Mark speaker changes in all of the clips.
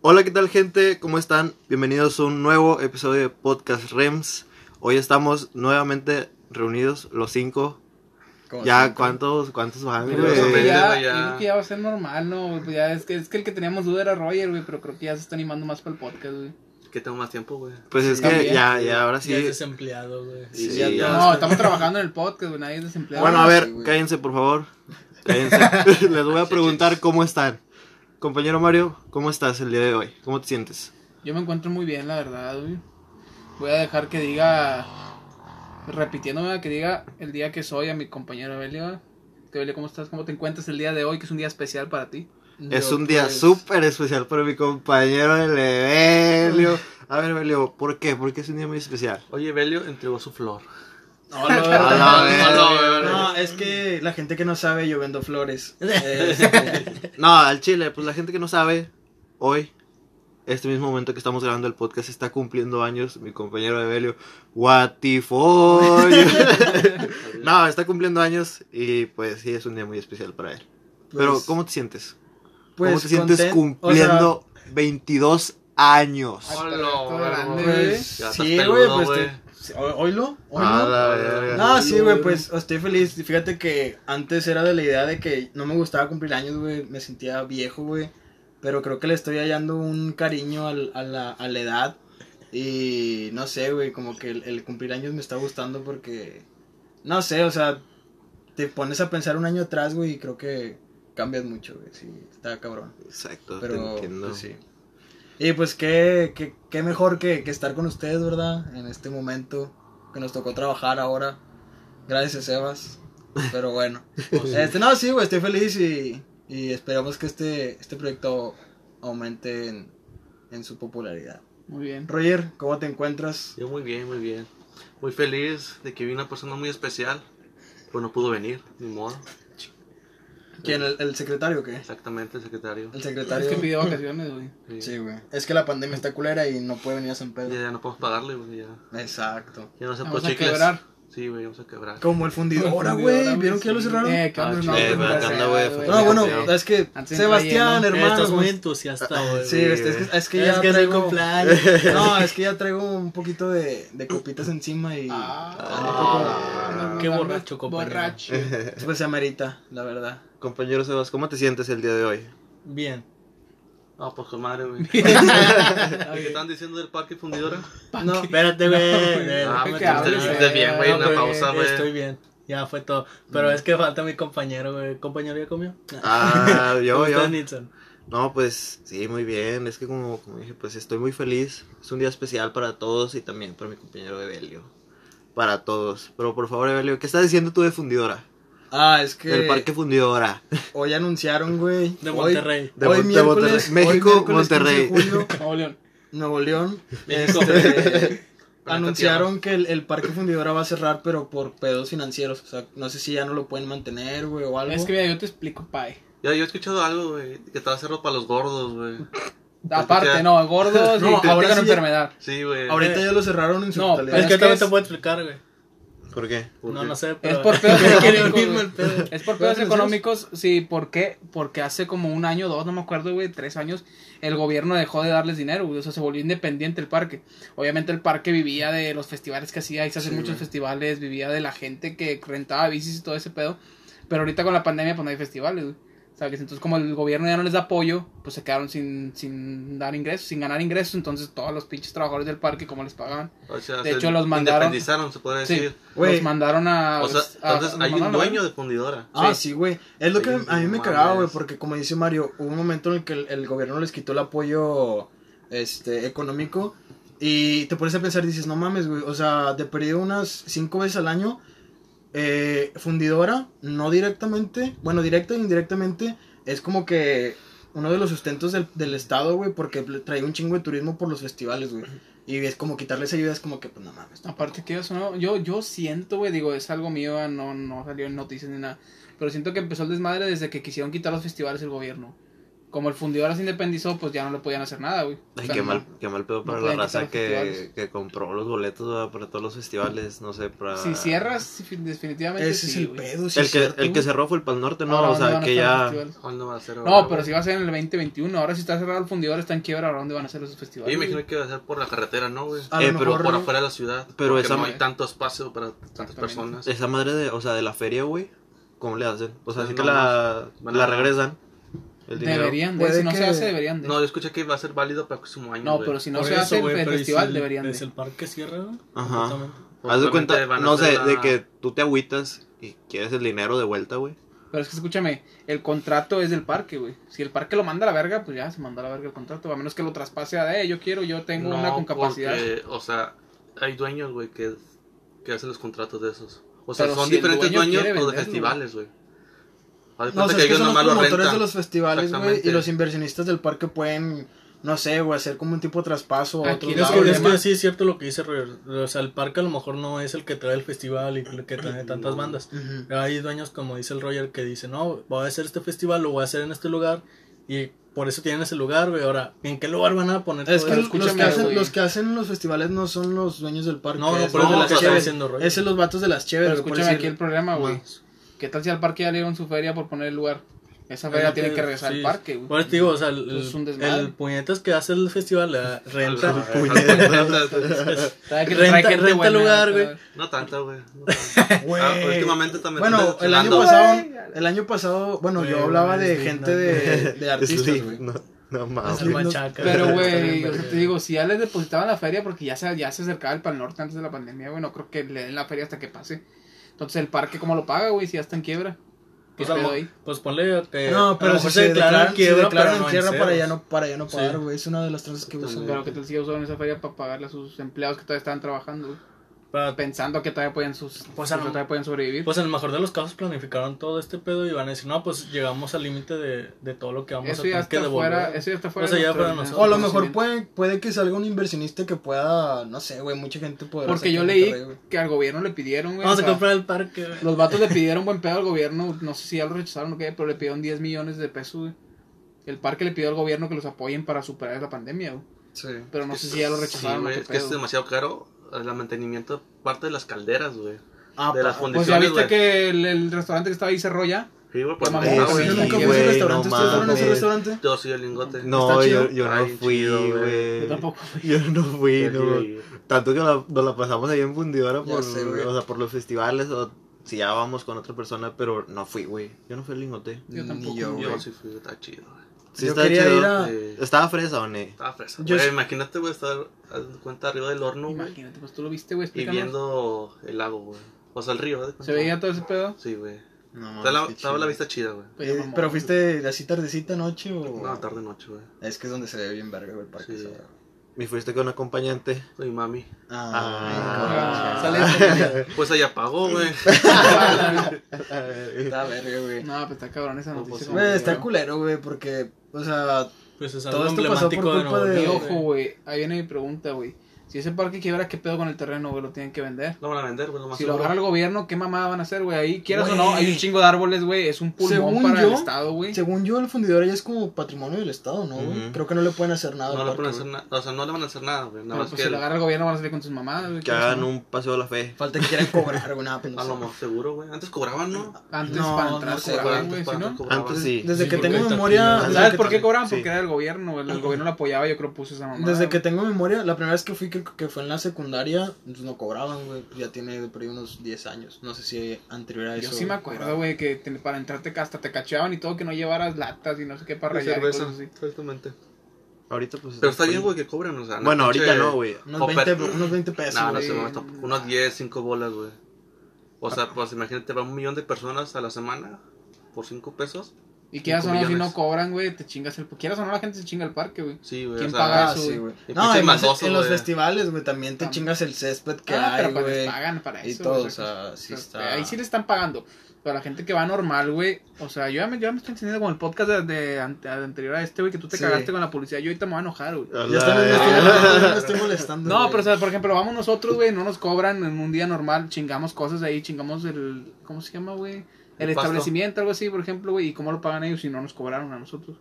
Speaker 1: Hola, ¿qué tal gente? ¿Cómo están? Bienvenidos a un nuevo episodio de Podcast REMS. Hoy estamos nuevamente reunidos los cinco.
Speaker 2: Como
Speaker 1: Ya,
Speaker 2: cinco.
Speaker 1: ¿cuántos, cuántos van?
Speaker 2: Yo
Speaker 3: Yo creo
Speaker 1: güey?
Speaker 3: que ya,
Speaker 2: güey, ya.
Speaker 3: yo creo que ya va a ser normal, ¿no? Pues Ya es, que, es que el que teníamos duda era Roger, güey, pero creo que ya se está animando más para el podcast, güey.
Speaker 2: Que tengo más tiempo, güey.
Speaker 1: Pues es
Speaker 3: Sí,
Speaker 1: que
Speaker 3: también.
Speaker 1: ya, ya, ahora
Speaker 4: Ya es
Speaker 1: sí.
Speaker 4: desempleado, güey.
Speaker 1: Sí,
Speaker 2: Sí,
Speaker 1: ya
Speaker 2: ya.
Speaker 1: todos-
Speaker 3: No, estamos trabajando en el podcast, güey, nadie es desempleado.
Speaker 1: Bueno, a
Speaker 2: Ah,
Speaker 1: ver,
Speaker 2: sí, güey.
Speaker 1: cállense, por favor. Cállense. Les voy a preguntar cómo están. Compañero Mario, ¿cómo estás el día de hoy? ¿Cómo te sientes?
Speaker 3: Yo me encuentro muy bien, la verdad, güey. Voy a dejar que diga, repitiéndome, ¿verdad? que diga el día que soy a mi compañero Belio. ¿verdad? Que Belio, ¿cómo estás? ¿Cómo te encuentras el día de hoy, que es un día especial para ti?
Speaker 1: es
Speaker 4: Yo,
Speaker 1: un día
Speaker 4: pues,
Speaker 1: súper especial para mi compañero el Evelio. A ver, Evelio, ¿por qué? ¿Por qué es un día muy especial?
Speaker 2: Oye, Belio entregó su flor.
Speaker 3: No, no,
Speaker 1: A la verga.
Speaker 5: No, es que la gente que no sabe, yo vendo flores. Este,
Speaker 1: No, al chile, pues la gente que no sabe, hoy, este mismo momento que estamos grabando el podcast, está cumpliendo años mi compañero Evelio. Guatifolio. no, está cumpliendo años y pues sí, es un día muy especial para él. Pero,
Speaker 5: pues,
Speaker 1: ¿cómo te sientes?
Speaker 5: pues,
Speaker 1: ¿Cómo te sientes
Speaker 5: content- o sea,
Speaker 1: cumpliendo 22 años?
Speaker 3: Ay,
Speaker 2: Hola,
Speaker 3: todo
Speaker 2: güey.
Speaker 3: grande,
Speaker 5: pues,
Speaker 2: Ya estás
Speaker 5: sí, güey,
Speaker 2: peludo,
Speaker 5: pues,
Speaker 2: güey.
Speaker 5: te- o- oílo, oílo.
Speaker 1: A la verga.
Speaker 5: No, sí, güey, pues estoy feliz. Fíjate que antes era de la idea de que no me gustaba cumplir años, güey. Me sentía viejo, güey. Pero creo que le estoy hallando un cariño al- a, la, a la edad. Y no sé, güey, como que el, el cumplir años me está gustando porque. No sé, o sea, te pones a pensar un año atrás, güey, y creo que cambias mucho, güey. Sí, está cabrón.
Speaker 1: Exacto, te
Speaker 5: Pero,
Speaker 1: entiendo.
Speaker 5: pues, sí. Y pues qué, qué, qué mejor que, que estar con ustedes, ¿verdad? En este momento que nos tocó trabajar ahora. Gracias, Sebas. Pero bueno. este, no, sí, güey, estoy feliz y, y esperamos que este, este proyecto aumente en, en su popularidad.
Speaker 3: Muy bien.
Speaker 5: Roger, ¿cómo te encuentras?
Speaker 2: Yo muy bien, muy bien. Muy feliz de que vi una persona muy especial. Pues no pudo venir, ni modo.
Speaker 5: ¿Quién? ¿El, el secretario o qué?
Speaker 2: Exactamente, el secretario.
Speaker 5: El
Speaker 3: Es
Speaker 5: secretario.
Speaker 3: que pidió vacaciones, güey.
Speaker 5: Sí, güey. Es que la pandemia está culera y no puede venir a San
Speaker 2: Ya,
Speaker 5: Pedro.
Speaker 2: ya no podemos pagarle, güey. Ya,
Speaker 5: Exacto.
Speaker 2: ya no se
Speaker 3: Vamos
Speaker 2: puede
Speaker 3: a
Speaker 2: chicles.
Speaker 3: quebrar.
Speaker 2: Sí, güey, vamos a quebrar.
Speaker 5: Como el fundidora, güey. ¿Vieron que ya lo cerraron?
Speaker 3: Eh, qué
Speaker 2: Ah,
Speaker 3: onda,
Speaker 2: sí,
Speaker 3: no,
Speaker 2: eh,
Speaker 3: pues,
Speaker 2: acá
Speaker 1: anda, güey, fue-
Speaker 5: No,
Speaker 1: Oigan,
Speaker 5: bueno,
Speaker 1: pero-
Speaker 5: es que
Speaker 3: Antes
Speaker 5: Sebastián,
Speaker 3: está
Speaker 4: eh,
Speaker 5: hermano.
Speaker 4: Estás muy
Speaker 5: güey.
Speaker 4: entusiasta, güey.
Speaker 5: Ah, Sí, es,
Speaker 1: eh,
Speaker 5: es que, es que ya
Speaker 4: es que es mi
Speaker 5: traigo...
Speaker 4: cumpleaños.
Speaker 5: No, es que ya traigo un poquito de, de copitas encima y
Speaker 3: Ah,
Speaker 4: Qué
Speaker 3: no, no,
Speaker 4: borracho, compañero.
Speaker 3: Borracho.
Speaker 5: pues se amerita, la verdad.
Speaker 1: Compañero Sebas, ¿cómo te sientes el día de hoy?
Speaker 4: Bien.
Speaker 2: No, pues con madre, güey. ¿Qué están diciendo del parque fundidora?
Speaker 5: No,
Speaker 4: Espérate, güey.
Speaker 3: güey.
Speaker 4: eh,
Speaker 2: Ah, me
Speaker 3: que
Speaker 4: estoy-
Speaker 3: hables,
Speaker 4: estoy-
Speaker 2: estuviste bien, güey.
Speaker 3: eh,
Speaker 2: Una
Speaker 4: no,
Speaker 2: pausa, güey.
Speaker 4: Estoy bien. Ya fue todo. Pero es que falta mi compañero, güey. ¿Compañero ya comió?
Speaker 1: Ah, yo,
Speaker 4: ¿Cómo
Speaker 1: yo.
Speaker 4: estás, Nilsson?
Speaker 1: No, pues sí, muy bien. Es que como, como dije, pues estoy muy feliz. Es un día especial para todos y también para mi compañero Evelio. Para todos. Pero por favor, Evelio, ¿qué estás diciendo tú de fundidora?
Speaker 5: ah, es que
Speaker 1: Del parque fundidora.
Speaker 5: hoy anunciaron, güey.
Speaker 4: De
Speaker 5: hoy-
Speaker 4: Monterrey.
Speaker 1: De
Speaker 5: hoy
Speaker 1: Mon- de Monterrey.
Speaker 5: miércoles, hoy
Speaker 1: México,
Speaker 5: miércoles 15 de
Speaker 1: Monterrey.
Speaker 5: julio,
Speaker 3: Nuevo León.
Speaker 5: Nuevo León.
Speaker 4: México.
Speaker 5: Este,
Speaker 2: Planeta
Speaker 5: anunciaron que el, el parque fundidora va a cerrar, pero por pedos financieros. O sea, no sé si ya no lo pueden mantener, güey, o algo.
Speaker 3: Es que mira, yo te explico, pai.
Speaker 2: Ya, yo he escuchado algo, güey. Que te va a cerrar para los gordos, güey.
Speaker 3: Aparte, no, gordos
Speaker 5: No,
Speaker 3: y gente
Speaker 5: ahora
Speaker 3: con
Speaker 5: sí-
Speaker 3: enfermedad.
Speaker 2: Sí, güey.
Speaker 5: Ahorita ya lo cerraron en su
Speaker 3: No,
Speaker 5: totalidad.
Speaker 4: Es
Speaker 3: es
Speaker 4: que
Speaker 3: que
Speaker 4: también
Speaker 3: es-
Speaker 4: te puedo explicar, güey.
Speaker 1: ¿Por qué?
Speaker 4: No, no sé.
Speaker 3: Es
Speaker 4: pero-
Speaker 3: por pedos
Speaker 4: Quiere lo mismo el
Speaker 3: económicos.
Speaker 4: pedo.
Speaker 3: güey. Es por pedos
Speaker 5: ¿Puedes
Speaker 3: económicos, sí, ¿por qué? Porque hace como un año, dos, no me acuerdo, güey, tres años, el gobierno dejó de darles dinero, güey, o sea, se volvió independiente el parque. Obviamente el parque vivía de los festivales que hacía, hizo hacer muchos festivales, vivía de la gente que rentaba bicis y todo ese pedo, pero ahorita con la pandemia pues no hay festivales, güey. ¿Sabes? Entonces como el gobierno ya no les da apoyo, pues se quedaron sin, sin dar ingresos, sin ganar ingresos, entonces todos los pinches trabajadores del parque, ¿cómo les pagaban?
Speaker 2: O sea,
Speaker 3: De
Speaker 2: se
Speaker 3: hecho, los mandaron-
Speaker 2: Independizaron, se podría
Speaker 3: Sí.
Speaker 2: decir.
Speaker 5: Güey.
Speaker 3: Los mandaron a...
Speaker 2: O sea,
Speaker 3: a-
Speaker 2: entonces
Speaker 3: los
Speaker 2: hay un
Speaker 3: pues, ah, mandaron a-
Speaker 2: dueño de fundidora.
Speaker 5: Ah, sí, güey. Es lo
Speaker 2: Ay,
Speaker 5: que a mí me
Speaker 2: no
Speaker 5: cagaba, güey,
Speaker 2: mames.
Speaker 5: porque como dice Mario, hubo un momento en el que el, el gobierno les quitó el apoyo este económico y te pones a pensar y dices, no mames, güey, o sea, de perdido unas cinco veces al año, eh, fundidora, no directamente, bueno, directa e indirectamente, es como que uno de los sustentos del, del Estado, güey, porque le trae un chingo de turismo por los festivales, güey. Y es como quitarles ayuda, es como que, pues, no mames. no.
Speaker 3: Aparte que eso no, yo, yo siento, güey, digo, es algo mío, ah, no, no salió en noticias ni nada, pero siento que empezó el desmadre desde que quisieron quitar los festivales el gobierno. como el fundidor se independizó, pues ya no le podían hacer nada, güey. O
Speaker 1: Ay,
Speaker 3: sea,
Speaker 1: qué
Speaker 3: no-
Speaker 1: mal, qué mal pedo para la
Speaker 3: pueden
Speaker 1: raza
Speaker 3: quitar los
Speaker 1: que,
Speaker 3: festivales.
Speaker 1: que compró los boletos ¿verdad? para todos los festivales, no sé, para...
Speaker 3: Si cierras, sí, fin- definitivamente.
Speaker 5: Ese es
Speaker 3: sí,
Speaker 5: el
Speaker 3: güey. Ah,
Speaker 5: pedo, sí
Speaker 1: El
Speaker 5: es
Speaker 1: que,
Speaker 5: cierto,
Speaker 1: el que
Speaker 5: güey.
Speaker 1: cerró fue el Pal Norte, ¿no?
Speaker 3: Ahora,
Speaker 1: o
Speaker 3: ¿dónde
Speaker 1: sea,
Speaker 3: van a
Speaker 1: que
Speaker 3: estar los
Speaker 1: ya...
Speaker 3: festivales?
Speaker 2: ¿Cuándo va a ser ahora,
Speaker 3: No, pero
Speaker 2: güey?
Speaker 3: si va a ser en el 2021, ahora si está cerrado el fundidor, está en quiebra, ahora dónde van a ser los
Speaker 2: Yo
Speaker 3: festivales.
Speaker 2: me
Speaker 3: güey?
Speaker 2: imagino que va a ser por la carretera, ¿no, güey?
Speaker 5: A
Speaker 1: Eh,
Speaker 5: lo
Speaker 1: pero
Speaker 5: mejor
Speaker 2: por
Speaker 5: Ah, no.
Speaker 2: afuera de la ciudad.
Speaker 1: Pero
Speaker 2: porque
Speaker 1: esa-
Speaker 2: no hay tanto espacio para tantas
Speaker 3: Exactamente.
Speaker 2: personas.
Speaker 1: Esa madre de, o sea, de la feria, güey, ¿cómo le hacen? O sea,
Speaker 2: Pues
Speaker 1: así que
Speaker 2: no,
Speaker 1: la,
Speaker 2: van a-
Speaker 1: la regresan, el dinero.
Speaker 3: Deberían de,
Speaker 5: Puede
Speaker 3: si no se
Speaker 5: que-
Speaker 3: hace, deberían de.
Speaker 2: No, yo escuché que va a ser válido para el próximo año.
Speaker 3: No,
Speaker 2: güey.
Speaker 3: pero si no
Speaker 4: Por
Speaker 3: se
Speaker 4: eso,
Speaker 3: hace el
Speaker 4: güey, pero ¿y si
Speaker 3: festival,
Speaker 4: el-
Speaker 3: deberían
Speaker 4: ¿Es
Speaker 3: de.
Speaker 4: el parque cierra, güey?
Speaker 1: Ajá.
Speaker 4: Justamente.
Speaker 1: Haz de cuenta,
Speaker 2: Obviamente van a
Speaker 1: no sé,
Speaker 2: hacer
Speaker 1: de
Speaker 2: la-
Speaker 1: que tú te agüitas y quieres el dinero de vuelta, güey.
Speaker 3: Pero es que escúchame, el contrato es del parque, güey. Si el parque lo manda a la verga, pues ya se manda a la verga el contrato. A menos que lo traspase a de, yo quiero, yo tengo
Speaker 2: No,
Speaker 3: una con capacidad.
Speaker 2: Porque, o sea, hay dueños, güey, que, que hacen los contratos de esos. O sea,
Speaker 3: Pero
Speaker 2: son
Speaker 3: si el
Speaker 2: diferentes
Speaker 3: dueño
Speaker 2: dueños
Speaker 3: quiere
Speaker 2: los de
Speaker 3: venderlo,
Speaker 2: festivales, güey. Haz de
Speaker 5: No, o
Speaker 2: cuenta
Speaker 5: sea, es que
Speaker 2: ellos
Speaker 5: son los
Speaker 2: nomás lo
Speaker 5: promotores de
Speaker 2: rentan.
Speaker 5: los festivales, güey. Y
Speaker 2: Exactamente.
Speaker 5: los inversionistas del parque pueden, no sé, güey, hacer como un tipo de traspaso a
Speaker 3: Aquí
Speaker 5: otro
Speaker 3: los
Speaker 4: Es
Speaker 5: lado.
Speaker 4: que,
Speaker 5: güey.
Speaker 4: es que sí es cierto lo que dice Roger. O sea, el parque a lo mejor no es el que trae el festival y el que trae tantas bandas.
Speaker 5: Ujú.
Speaker 4: Hay dueños, como dice el Roger, que dicen, no, voy a hacer este festival, lo voy a hacer en este lugar. Y por eso tienen ese lugar, güey. Ahora, ¿en qué lugar van a poner
Speaker 5: Es
Speaker 4: todo
Speaker 5: que
Speaker 4: eso?
Speaker 5: los
Speaker 3: escúchame,
Speaker 5: que, hacen,
Speaker 3: güey.
Speaker 5: los que hacen los festivales no son los dueños del parque.
Speaker 4: No, no,
Speaker 5: es
Speaker 4: por
Speaker 5: los de
Speaker 2: eso lo
Speaker 5: las
Speaker 2: que está
Speaker 5: cheves.
Speaker 4: diciendo Roger.
Speaker 5: Es los vatos de las cheves.
Speaker 3: Pero
Speaker 5: güey, por
Speaker 3: escúchame
Speaker 5: decir-
Speaker 3: aquí el problema, güey.
Speaker 5: Más.
Speaker 3: ¿Qué tal si al parque ya le dieron su feria por poner el lugar? Esa
Speaker 4: Es
Speaker 3: feria
Speaker 4: lo
Speaker 3: tiene que regresar
Speaker 4: pues, sí.
Speaker 3: al parque, güey.
Speaker 4: Por eso te digo, o sea, el,
Speaker 3: Es pues, un desmadre.
Speaker 4: el puñetas que hace el festival la
Speaker 2: Al-
Speaker 4: renta.
Speaker 2: al- al-
Speaker 3: Trae que-
Speaker 4: Renta-
Speaker 3: trae gente
Speaker 4: renta el
Speaker 3: buena,
Speaker 4: lugar, güey.
Speaker 3: trae-
Speaker 2: No tanto, güey. no tanto.
Speaker 5: Güey.
Speaker 2: Ah, últimamente también.
Speaker 5: Bueno,
Speaker 2: están
Speaker 5: el año
Speaker 2: desfilando.
Speaker 5: pasado, el año pasado, bueno,
Speaker 4: Güey,
Speaker 5: yo hablaba
Speaker 4: güey,
Speaker 5: de
Speaker 4: es
Speaker 5: gente
Speaker 4: lindo,
Speaker 5: Eh, de, de artistas, güey.
Speaker 1: no, no mames.
Speaker 4: Es el machaca.
Speaker 3: Pero, güey,
Speaker 4: Está
Speaker 3: o sea,
Speaker 4: bien,
Speaker 3: te digo, si ya les depositaban la feria, porque ya se, ya se acercaba el Pal Norte antes de la pandemia, güey, no creo que le den la feria hasta que pase. Entonces, ¿el parque cómo lo paga, güey? Si ya está en quiebra. ¿Qué
Speaker 4: Pues, a lo-
Speaker 3: pedo ahí?
Speaker 4: pues ponle que. a
Speaker 5: No,
Speaker 4: lo
Speaker 5: pero si
Speaker 4: mejor
Speaker 5: se declaran, se
Speaker 4: quiebra, pero
Speaker 5: declaran
Speaker 4: no
Speaker 5: en quiebra para
Speaker 4: ceros.
Speaker 5: ya no, para ya no
Speaker 4: Sí.
Speaker 5: pagar, güey. Es una de las tranzas que usan.
Speaker 3: Pero que te siga usando esa feria para pagarle a sus empleados que todavía estaban trabajando, güey.
Speaker 4: Para-
Speaker 3: Pensando que todavía pueden, sus,
Speaker 4: Pues, a
Speaker 3: que
Speaker 4: lo-
Speaker 3: todavía pueden sobrevivir.
Speaker 4: Pues en el mejor de los casos planificaron todo este pedo y van a decir, no, pues llegamos al límite de, de todo lo que vamos
Speaker 3: eso,
Speaker 4: a
Speaker 3: ya
Speaker 4: tener que
Speaker 3: está
Speaker 4: devolver. Pues
Speaker 3: fuera, eso ya está fuera.
Speaker 4: O sea,
Speaker 3: de
Speaker 4: ya
Speaker 3: nuestro-
Speaker 4: para
Speaker 3: de
Speaker 4: nosotros.
Speaker 3: nuestro
Speaker 5: O a lo mejor
Speaker 3: conocimiento.
Speaker 5: puede, puede que salga un inversionista que pueda, no sé, güey, mucha gente podrá.
Speaker 3: Porque yo leí que al gobierno le pidieron, güey.
Speaker 4: Vamos
Speaker 3: o
Speaker 4: a
Speaker 3: sea,
Speaker 4: comprar el parque, güey.
Speaker 3: Los vatos le pidieron buen pedo al gobierno, no sé si ya lo rechazaron o qué, pero le pidieron 10 millones de pesos, güey. El parque le pidió al gobierno que los apoyen para superar la pandemia, güey.
Speaker 5: Sí.
Speaker 3: Pero no sé si ya lo
Speaker 2: Sí,
Speaker 3: rechazaron
Speaker 2: güey,
Speaker 3: o qué
Speaker 2: es que es
Speaker 4: este
Speaker 3: pedo.
Speaker 2: demasiado caro el mantenimiento parte de las calderas, güey.
Speaker 5: Ah,
Speaker 2: De las
Speaker 5: pa-
Speaker 3: Pues ya
Speaker 2: fundiciones,
Speaker 3: viste
Speaker 2: güey.
Speaker 3: que el, el restaurante que estaba ahí cerró ya.
Speaker 2: Sí, güey, pues
Speaker 3: La
Speaker 2: no,
Speaker 3: mamá,
Speaker 2: güey.
Speaker 5: Ah, güey, yo
Speaker 1: Sí,
Speaker 5: nunca fui a
Speaker 1: güey,
Speaker 5: ese
Speaker 1: no
Speaker 5: restaurante. ¿Ustedes fueron a ese
Speaker 1: mames.
Speaker 5: restaurante?
Speaker 2: Yo soy el lingote.
Speaker 1: No,
Speaker 5: ¿Está
Speaker 1: yo,
Speaker 5: chido?
Speaker 1: yo no
Speaker 2: Ay,
Speaker 1: fui,
Speaker 2: chido, güey.
Speaker 1: güey.
Speaker 3: Yo tampoco fui.
Speaker 1: Yo no fui,
Speaker 2: Yo
Speaker 1: no.
Speaker 2: sí,
Speaker 1: Tanto que la- nos la pasamos ahí en fundidora
Speaker 5: Ya
Speaker 1: por,
Speaker 5: sé, güey.
Speaker 1: o sea, por los festivales o si ya vamos con otra persona, pero no fui, güey. Yo no fui al lingote.
Speaker 3: Yo tampoco.
Speaker 5: Ni yo,
Speaker 2: güey.
Speaker 5: güey.
Speaker 2: Yo sí fui, está chido, güey.
Speaker 1: Sí,
Speaker 5: Yo
Speaker 1: estaba
Speaker 5: quería
Speaker 1: chido.
Speaker 5: ir a- Ah.
Speaker 2: Eh,
Speaker 1: Estaba fresa, ¿o ne?
Speaker 2: Estaba fresa.
Speaker 5: Yo
Speaker 2: güey.
Speaker 5: sí-
Speaker 2: Imagínate, güey, estar haz de cuenta arriba del horno, güey.
Speaker 3: Imagínate, pues tú lo viste,
Speaker 2: Y
Speaker 3: güey. explícanos.
Speaker 2: viendo el lago, güey. O sea, el río, haz de cuenta.
Speaker 3: ¿Se veía todo ese pedo?
Speaker 2: Sí, güey.
Speaker 5: No, mames,
Speaker 2: Está la-
Speaker 5: qué
Speaker 2: Estaba
Speaker 5: chido.
Speaker 2: la vista chida, güey.
Speaker 3: Pues ya
Speaker 5: Eh,
Speaker 3: mamó,
Speaker 5: pero
Speaker 3: güey.
Speaker 5: fuiste así tardecita noche o.
Speaker 3: Oh.
Speaker 2: No, tarde noche, güey.
Speaker 5: Es que es donde se ve bien verga güey, el parque.
Speaker 2: Sí.
Speaker 5: esa hora.
Speaker 1: Y fuiste con un acompañante.
Speaker 2: Soy mami.
Speaker 5: Ah,
Speaker 3: Ah.
Speaker 5: ay, cabrón, sale de-
Speaker 2: Pues ahí apagó, güey.
Speaker 5: Está verga, güey.
Speaker 3: No, pues está cabrón esa
Speaker 2: No,
Speaker 3: noticia.
Speaker 2: pues,
Speaker 3: como
Speaker 5: Güey,
Speaker 3: que,
Speaker 5: Eh, está
Speaker 3: güey.
Speaker 5: culero, güey, porque, o sea,
Speaker 4: Pues es
Speaker 5: Todo
Speaker 4: algo
Speaker 5: esto pasó por
Speaker 4: emblemático de
Speaker 5: culpa
Speaker 4: Nuevo
Speaker 5: de-
Speaker 3: Y
Speaker 4: León,
Speaker 3: ojo,
Speaker 4: güey.
Speaker 3: güey. Ahí viene mi pregunta, güey. Si ese parque quiebra, ¿qué pedo con el terreno, güey? Lo tienen que vender.
Speaker 2: Lo van a vender, güey, lo más
Speaker 3: Si lo
Speaker 2: seguro.
Speaker 3: agarra el gobierno, ¿qué mamada van a hacer, güey? Ahí, quieras
Speaker 5: Güey.
Speaker 3: o no, hay un chingo de árboles, güey. Es un pulmón
Speaker 5: Según
Speaker 3: para el
Speaker 5: yo,
Speaker 3: Estado, güey.
Speaker 5: según yo, el fundidor ya es como patrimonio del Estado, ¿no? güey?
Speaker 1: Ujú.
Speaker 5: Creo que no le pueden hacer nada.
Speaker 2: No
Speaker 5: al
Speaker 2: le pueden
Speaker 5: parque,
Speaker 2: hacer
Speaker 5: güey.
Speaker 2: nada. O sea, no le van a hacer nada, güey. Nada
Speaker 3: Pero
Speaker 2: más
Speaker 3: pues
Speaker 2: que
Speaker 3: si lo
Speaker 2: a
Speaker 3: agarra el gobierno, van a salir con sus mamadas, güey.
Speaker 1: Que
Speaker 3: quieras o
Speaker 1: hagan
Speaker 3: no.
Speaker 1: un paseo de la fe.
Speaker 5: Falta que quieran cobrar, güey, nada, pendejo.
Speaker 2: lo más seguro, güey. Antes cobraban, ¿no?
Speaker 3: Antes
Speaker 5: No,
Speaker 3: para
Speaker 5: no
Speaker 3: entrar,
Speaker 5: sé,
Speaker 3: cobraban,
Speaker 5: güey,
Speaker 2: antes
Speaker 3: güey,
Speaker 2: para
Speaker 3: si no.
Speaker 2: entrar cobraban.
Speaker 1: Antes sí.
Speaker 5: Desde
Speaker 4: Sí,
Speaker 5: que
Speaker 4: porque
Speaker 5: tengo
Speaker 4: está
Speaker 5: memoria.
Speaker 1: aquí,
Speaker 5: desde
Speaker 3: ¿Sabes
Speaker 5: que
Speaker 3: por qué
Speaker 5: tengo-
Speaker 3: cobraban?
Speaker 1: sí.
Speaker 3: Porque era el gobierno, el, el gobierno lo apoyaba, yo creo puso esa mamada.
Speaker 5: Desde que
Speaker 3: güey.
Speaker 5: tengo memoria, la primera vez que fui, que, que fue en la secundaria, pues no cobraban, güey. Ya tiene de por ahí unos 10 años. No sé si anterior a eso.
Speaker 3: Yo sí me acuerdo, güey, que te- para entrarte hasta te cacheaban y todo, que no llevaras latas y no sé qué para
Speaker 2: De
Speaker 3: rayar. y
Speaker 2: cerveza,
Speaker 3: cosas así.
Speaker 2: exactamente.
Speaker 1: Ahorita pues...
Speaker 2: Pero está bien, güey, que cobran, o sea. no
Speaker 1: Bueno, ahorita
Speaker 2: pinche-
Speaker 1: no, güey.
Speaker 5: Unos
Speaker 2: Copper.
Speaker 5: 20, unos 20 pesos.
Speaker 2: No, no
Speaker 5: güey.
Speaker 2: se mames tampoco. Unos 10, 5 bolas, güey. O sea, pues imagínate, va un millón de personas a la semana por 5 pesos.
Speaker 3: Y quieras o
Speaker 2: Cinco
Speaker 3: no, si
Speaker 2: millones.
Speaker 3: no cobran, güey, te chingas el... Quieras o no, la gente se chinga el parque, güey.
Speaker 2: Sí, güey.
Speaker 3: ¿Quién
Speaker 2: o sea,
Speaker 3: paga
Speaker 5: Ah,
Speaker 3: eso,
Speaker 5: sí,
Speaker 3: güey.
Speaker 5: güey.
Speaker 2: Y
Speaker 5: No,
Speaker 2: pinches
Speaker 5: y más
Speaker 2: maldosos,
Speaker 5: en los
Speaker 2: güey.
Speaker 5: festivales, güey, también te chingas el césped que
Speaker 3: Ah,
Speaker 5: hay,
Speaker 3: pero pues les
Speaker 5: güey.
Speaker 3: pagan para
Speaker 5: y
Speaker 3: eso.
Speaker 5: todo,
Speaker 3: güey,
Speaker 5: o sea, sí está-
Speaker 3: Ahí sí le están pagando. Pero a la gente que va normal, güey. O sea, yo ya me, yo ya me estoy entendiendo con el podcast de, de ante- anterior a este, güey, que tú te
Speaker 5: Sí. Ah,
Speaker 3: cagaste con la policía. Yo ahorita me voy a enojar, güey.
Speaker 5: Ya están me estoy-
Speaker 1: Hola,
Speaker 5: ya
Speaker 1: eh.
Speaker 5: me estoy molestando.
Speaker 3: No,
Speaker 5: güey.
Speaker 3: pero o sea, por ejemplo, vamos nosotros, güey, no nos cobran en un día normal, chingamos cosas ahí, chingamos el, ¿cómo se llama, güey? El,
Speaker 2: El pasto.
Speaker 3: establecimiento, algo así, por ejemplo, güey, y cómo lo pagan ellos si no nos cobraron a nosotros.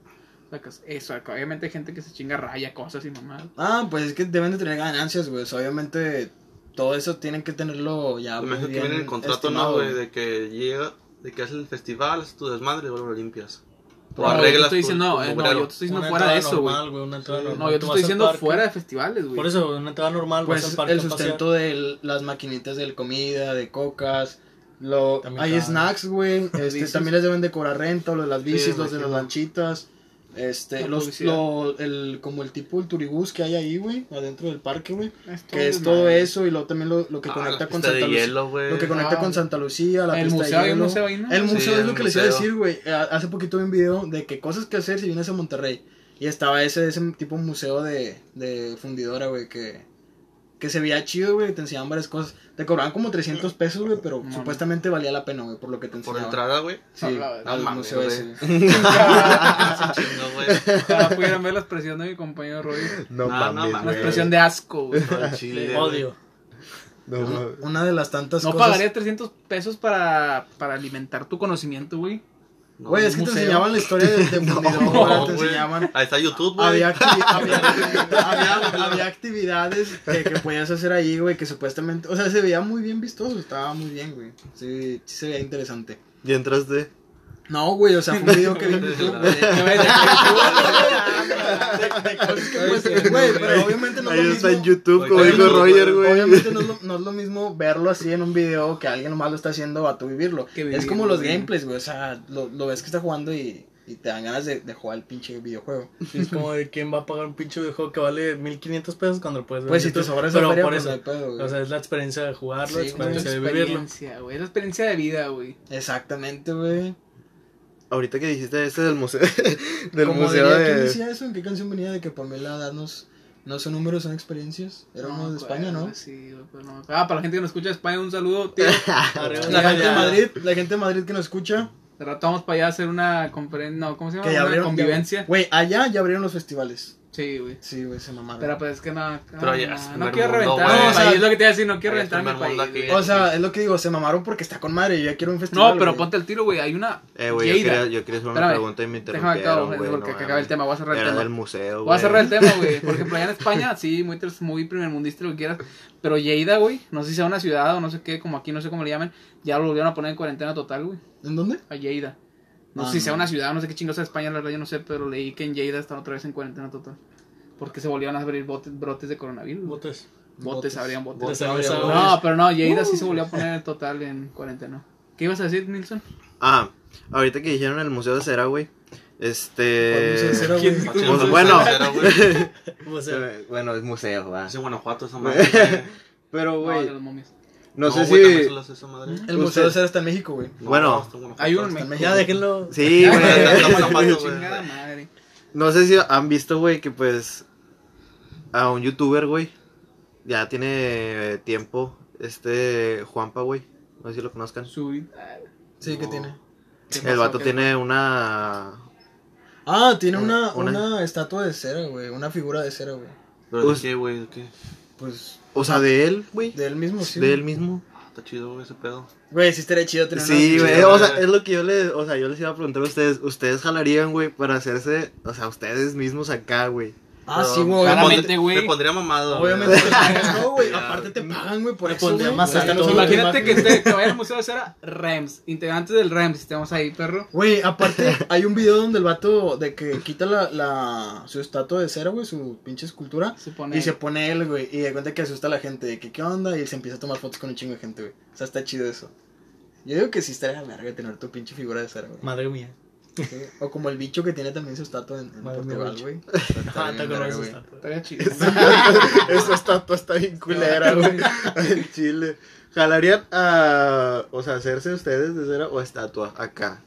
Speaker 3: la casa- Eso, acá, obviamente hay gente que se chinga raya cosas y mamá.
Speaker 5: Ah, pues es que deben de tener ganancias, güey. O sea, obviamente todo eso tienen que tenerlo ya. muy
Speaker 2: Imagino que
Speaker 5: bien
Speaker 2: viene el contrato,
Speaker 5: estimado,
Speaker 2: ¿no, güey? De que llega, de que haces el festival, haces tu desmadre y luego lo limpias. O
Speaker 3: No, yo te
Speaker 2: arreglas
Speaker 3: estoy
Speaker 2: tu-
Speaker 3: diciendo,
Speaker 2: tu
Speaker 3: eh, no,
Speaker 2: mugrero.
Speaker 3: yo te estoy diciendo
Speaker 4: Una
Speaker 3: fuera de
Speaker 4: entrada
Speaker 3: eso, güey.
Speaker 4: normal, güey. Una entrada
Speaker 2: Sí.
Speaker 4: normal.
Speaker 3: No, yo
Speaker 4: Tú
Speaker 3: te estoy
Speaker 4: vas al
Speaker 3: diciendo
Speaker 4: parque.
Speaker 3: fuera de festivales, güey.
Speaker 4: Por eso, güey, una entrada normal.
Speaker 5: Pues
Speaker 4: vas al parque
Speaker 5: el
Speaker 4: a pasear.
Speaker 5: sustento de las maquinitas de comida, de cocas. Lo,
Speaker 4: También
Speaker 5: hay
Speaker 4: cada-
Speaker 5: snacks, güey. Este,
Speaker 3: Bicis.
Speaker 5: también les deben de cobrar renta, lo de las bicis, los de
Speaker 2: imagino.
Speaker 5: las lanchitas. Este,
Speaker 3: La
Speaker 5: los,
Speaker 3: publicidad.
Speaker 5: lo- el, como el tipo, el turibús que hay ahí, güey, adentro del parque, güey.
Speaker 3: Es todo
Speaker 5: Que es
Speaker 3: desmadre.
Speaker 5: todo eso y luego también lo, lo que
Speaker 2: Ah,
Speaker 5: conecta
Speaker 2: la
Speaker 5: con
Speaker 2: pista de
Speaker 5: Santa Lucía.
Speaker 2: hielo, güey.
Speaker 5: Lo que conecta
Speaker 3: Ah,
Speaker 5: con Santa Lucía, la
Speaker 3: el
Speaker 5: pista
Speaker 3: museo,
Speaker 5: de
Speaker 3: hay un
Speaker 5: hielo.
Speaker 3: museo ahí, ¿no?
Speaker 5: El
Speaker 2: Sí,
Speaker 5: museo es
Speaker 2: el
Speaker 5: lo que les iba a
Speaker 2: museo.
Speaker 5: decir, güey. Eh, Hace poquito vi un video de que cosas que hacer si vienes a Monterrey. Y estaba ese, ese tipo de museo de, de fundidora, güey, que, que se veía chido, güey. Te enseñaban varias cosas. Te cobraban como 300 pesos, güey, pero
Speaker 3: Mami.
Speaker 5: supuestamente valía la pena, güey, por lo que te
Speaker 2: Por
Speaker 5: enseñaban.
Speaker 2: entrada, güey.
Speaker 5: Sí,
Speaker 3: No, la verdad,
Speaker 5: al
Speaker 2: mami,
Speaker 5: museo
Speaker 2: güey.
Speaker 5: ese.
Speaker 3: Ojalá
Speaker 2: Chingo, güey.
Speaker 3: pudieran ver la expresión de mi compañero Roy.
Speaker 1: No,
Speaker 2: Ah, No, no
Speaker 1: mames,
Speaker 2: mames.
Speaker 3: Una
Speaker 1: güey.
Speaker 3: expresión de asco, güey.
Speaker 2: Al chile,
Speaker 4: Odio.
Speaker 1: No
Speaker 5: Una-
Speaker 1: mames.
Speaker 5: Una de las tantas
Speaker 3: No
Speaker 5: cosas.
Speaker 3: pagaría 300 pesos para, para alimentar tu conocimiento, güey.
Speaker 2: No,
Speaker 5: Güey, es que te
Speaker 3: museo.
Speaker 5: enseñaban la historia de, de fundidora,
Speaker 2: no,
Speaker 5: te
Speaker 2: güey.
Speaker 5: enseñaban
Speaker 2: Ahí está YouTube, güey.
Speaker 5: Había, activi- había- había- había actividades que, que podías hacer ahí, güey, que supuestamente, o sea, se veía muy bien vistoso, estaba muy bien, güey. Sí, sí se veía interesante.
Speaker 1: ¿Ya entraste?
Speaker 5: No, güey, o sea, fue un video que vi en YouTube, güey.
Speaker 3: Ya ves,
Speaker 5: De- de cosas que puedes hacer, Güey, pero obviamente no es
Speaker 1: Ahí
Speaker 5: lo
Speaker 1: está en
Speaker 5: mismo.
Speaker 1: YouTube, como
Speaker 2: Oye,
Speaker 1: dijo
Speaker 2: no,
Speaker 1: Roger,
Speaker 2: güey.
Speaker 1: güey.
Speaker 5: Obviamente no es, lo, no es lo mismo verlo así en un video que alguien nomás lo está haciendo a tu vivirlo.
Speaker 3: Que
Speaker 5: es
Speaker 3: vivirlo,
Speaker 5: como los
Speaker 3: güey.
Speaker 5: gameplays, güey. O sea, lo, lo ves que está jugando y, y te dan ganas de, de jugar el pinche videojuego.
Speaker 4: Sí, Es como de quién va a pagar un pinche videojuego que vale 1500 pesos cuando lo puedes ver.
Speaker 5: Pues
Speaker 4: en
Speaker 5: si te
Speaker 4: YouTube.
Speaker 5: sobra esa
Speaker 4: Pero
Speaker 5: feria,
Speaker 4: por
Speaker 5: pues, no
Speaker 4: eso.
Speaker 5: hay pedo, güey.
Speaker 4: O sea, es la experiencia de jugarlo, la
Speaker 5: Sí,
Speaker 3: Es
Speaker 4: experiencia
Speaker 3: una
Speaker 4: de vivirlo.
Speaker 3: experiencia, güey. Es la experiencia de vida, güey.
Speaker 5: Exactamente, güey.
Speaker 1: Ahorita que dijiste este del museo. del
Speaker 5: Como
Speaker 1: museo
Speaker 5: diría, ¿Quién
Speaker 1: de.
Speaker 5: decía eso? ¿En qué canción venía de que Pamela Darnos no son números, son experiencias? Era
Speaker 3: No
Speaker 5: uno de
Speaker 3: me acuerdo,
Speaker 5: España, ¿no?
Speaker 3: Sí, güey, pero no me acuerdo. Ah, para la gente que nos escucha de España, un saludo, tío.
Speaker 4: Arriba.
Speaker 5: La
Speaker 3: Ya,
Speaker 5: gente de
Speaker 3: ya.
Speaker 5: Madrid, la gente de Madrid que nos escucha,
Speaker 3: De rato vamos para allá a hacer una conferencia, no, ¿cómo se llama?
Speaker 5: que ya
Speaker 3: una
Speaker 5: abrieron.
Speaker 3: convivencia.
Speaker 5: ya- Güey, allá ya abrieron los festivales.
Speaker 3: Sí, güey.
Speaker 5: Sí, güey, se mamaron.
Speaker 3: Pero pues es que no,
Speaker 2: Pero
Speaker 3: no,
Speaker 2: ya
Speaker 3: no,
Speaker 2: es
Speaker 3: no
Speaker 2: primer
Speaker 3: quiero
Speaker 2: mundo,
Speaker 5: güey.
Speaker 3: reventar mi
Speaker 5: No, o sea,
Speaker 3: país, es lo que te iba a decir, no quiero
Speaker 2: ya es
Speaker 3: reventar mi
Speaker 2: primer
Speaker 3: país.
Speaker 2: mundo aquí.
Speaker 3: güey.
Speaker 5: o sea, es lo que digo, se mamaron porque está con madre. Yo ya quiero un festival.
Speaker 3: No, pero
Speaker 5: güey.
Speaker 3: ponte el tiro, güey. Hay una
Speaker 1: Eh, güey, yo
Speaker 3: Lleida.
Speaker 1: quería, yo quería hacer una
Speaker 3: Espérame,
Speaker 1: pregunta y me
Speaker 3: Déjame
Speaker 1: interrumpieron,
Speaker 3: acabar,
Speaker 1: güey.
Speaker 3: porque
Speaker 1: no
Speaker 3: que acabe
Speaker 1: mames.
Speaker 3: el tema, voy a cerrar el
Speaker 1: Era
Speaker 3: tema.
Speaker 1: del museo, güey.
Speaker 3: Voy a cerrar el tema, güey. Por ejemplo, allá en España, sí, muy, tres- muy primermundista, lo que quieras. Pero Lleida, güey, no sé si sea una ciudad o no sé qué, como aquí, no sé cómo le llaman, ya lo volvieron a poner en cuarentena total, güey.
Speaker 5: ¿En dónde?
Speaker 3: A Lleida. No
Speaker 5: Ah,
Speaker 3: sé si sea
Speaker 5: no.
Speaker 3: una ciudad, no sé qué chingosa de España, la verdad, yo no sé, pero leí que en Lleida están otra vez en cuarentena total. Porque se volvieron a abrir botes- brotes de coronavirus. güey.
Speaker 4: Botes.
Speaker 3: Botes, abrían botes.
Speaker 4: Botes,
Speaker 5: Botes,
Speaker 4: cerveza,
Speaker 5: botes.
Speaker 3: No, pero no, Lleida sí se volvió a poner en total en cuarentena. ¿Qué ibas a decir, Nilsson?
Speaker 1: Ah, ahorita que dijeron el museo de cera, güey.
Speaker 5: ¿Cuál
Speaker 1: Este.
Speaker 5: museo de cera, güey?
Speaker 4: ¿quién-
Speaker 2: Machín,
Speaker 1: Pues
Speaker 2: no,
Speaker 1: bueno.
Speaker 2: cera, güey.
Speaker 4: O sea,
Speaker 1: Eh, Bueno, es museo, va.
Speaker 2: Es en Guanajuato esa madre. güey.
Speaker 1: Pero,
Speaker 3: No,
Speaker 1: güey,
Speaker 3: de los momios.
Speaker 1: no, sé
Speaker 2: güey,
Speaker 1: si.
Speaker 2: también se lo hace esa madre.
Speaker 5: El Museo de
Speaker 1: Ustedes-
Speaker 5: Cera está en México, güey.
Speaker 2: No,
Speaker 1: Bueno.
Speaker 2: no, está en Guanajuato.
Speaker 3: Hay uno en
Speaker 5: Está en
Speaker 3: México.
Speaker 5: México.
Speaker 4: ya déjenlo.
Speaker 1: Sí,
Speaker 2: Ya, ya, ya,
Speaker 1: güey.
Speaker 2: ya, ya, ya, ya.
Speaker 3: Chingada madre.
Speaker 1: No sé si han visto, güey, que pues. A un youtuber, güey. Ya tiene eh, tiempo. Este. Juanpa, güey. No sé si lo conozcan.
Speaker 3: Subí.
Speaker 5: Sí, que
Speaker 2: No.
Speaker 5: tiene.
Speaker 1: El vato tiene una.
Speaker 5: Ah, tiene
Speaker 1: Una-
Speaker 5: una,
Speaker 1: una-
Speaker 5: una estatua de cera, güey. Una figura de cera, güey.
Speaker 2: Pero
Speaker 1: Us-
Speaker 2: ¿de qué, güey? ¿De qué?
Speaker 5: Pues
Speaker 1: O sea, de él, güey.
Speaker 5: de él mismo, sí.
Speaker 1: De él mismo.
Speaker 2: Está chido, güey, ese pedo.
Speaker 5: Güey, sí estaría chido tener
Speaker 1: Sí,
Speaker 5: una-
Speaker 1: güey.
Speaker 2: sí,
Speaker 1: O
Speaker 2: güey.
Speaker 1: sea, es lo que yo les. O sea, yo les iba a preguntar a ustedes. ¿Ustedes jalarían, güey, para hacerse. O sea, ustedes mismos acá, güey?
Speaker 5: Ah,
Speaker 2: Pero
Speaker 5: sí,
Speaker 2: me
Speaker 5: güey.
Speaker 3: Claramente,
Speaker 2: pondría-
Speaker 3: güey.
Speaker 2: Me pondría mamado. güey.
Speaker 5: Obviamente. no, güey.
Speaker 2: Ya,
Speaker 5: Aparte te pagan, güey, por
Speaker 4: Me
Speaker 5: eso.
Speaker 4: pondría
Speaker 5: güey.
Speaker 4: más
Speaker 5: O sea,
Speaker 4: alto.
Speaker 5: no solo te
Speaker 3: Imagínate que
Speaker 5: pagan.
Speaker 3: te que vaya al museo de cera Rems, integrantes del Rems, estamos ahí, perro.
Speaker 5: Güey, aparte hay un video donde el vato de que quita la, la su estatua de cera, güey, su pinche escultura.
Speaker 3: Se pone
Speaker 5: Y se pone él, güey, y de cuenta que asusta a la gente, de que qué onda, y él se empieza a tomar fotos con un chingo de gente, güey. O sea, está chido eso. Yo digo que sí estaría verga tener tu pinche figura de cera, güey.
Speaker 4: Madre mía.
Speaker 5: Sí. O como el bicho que tiene también su estatua en, en
Speaker 4: Madre mía,
Speaker 5: Portugal,
Speaker 4: bicho.
Speaker 5: güey.
Speaker 4: Ah, te acuerdas de
Speaker 5: güey.
Speaker 4: esta.
Speaker 3: Estaría chido.
Speaker 1: Esa estatua está bien culera, güey. Ay, Chile. ¿Jalarían a. O sea, hacerse ustedes de cera o estatua acá?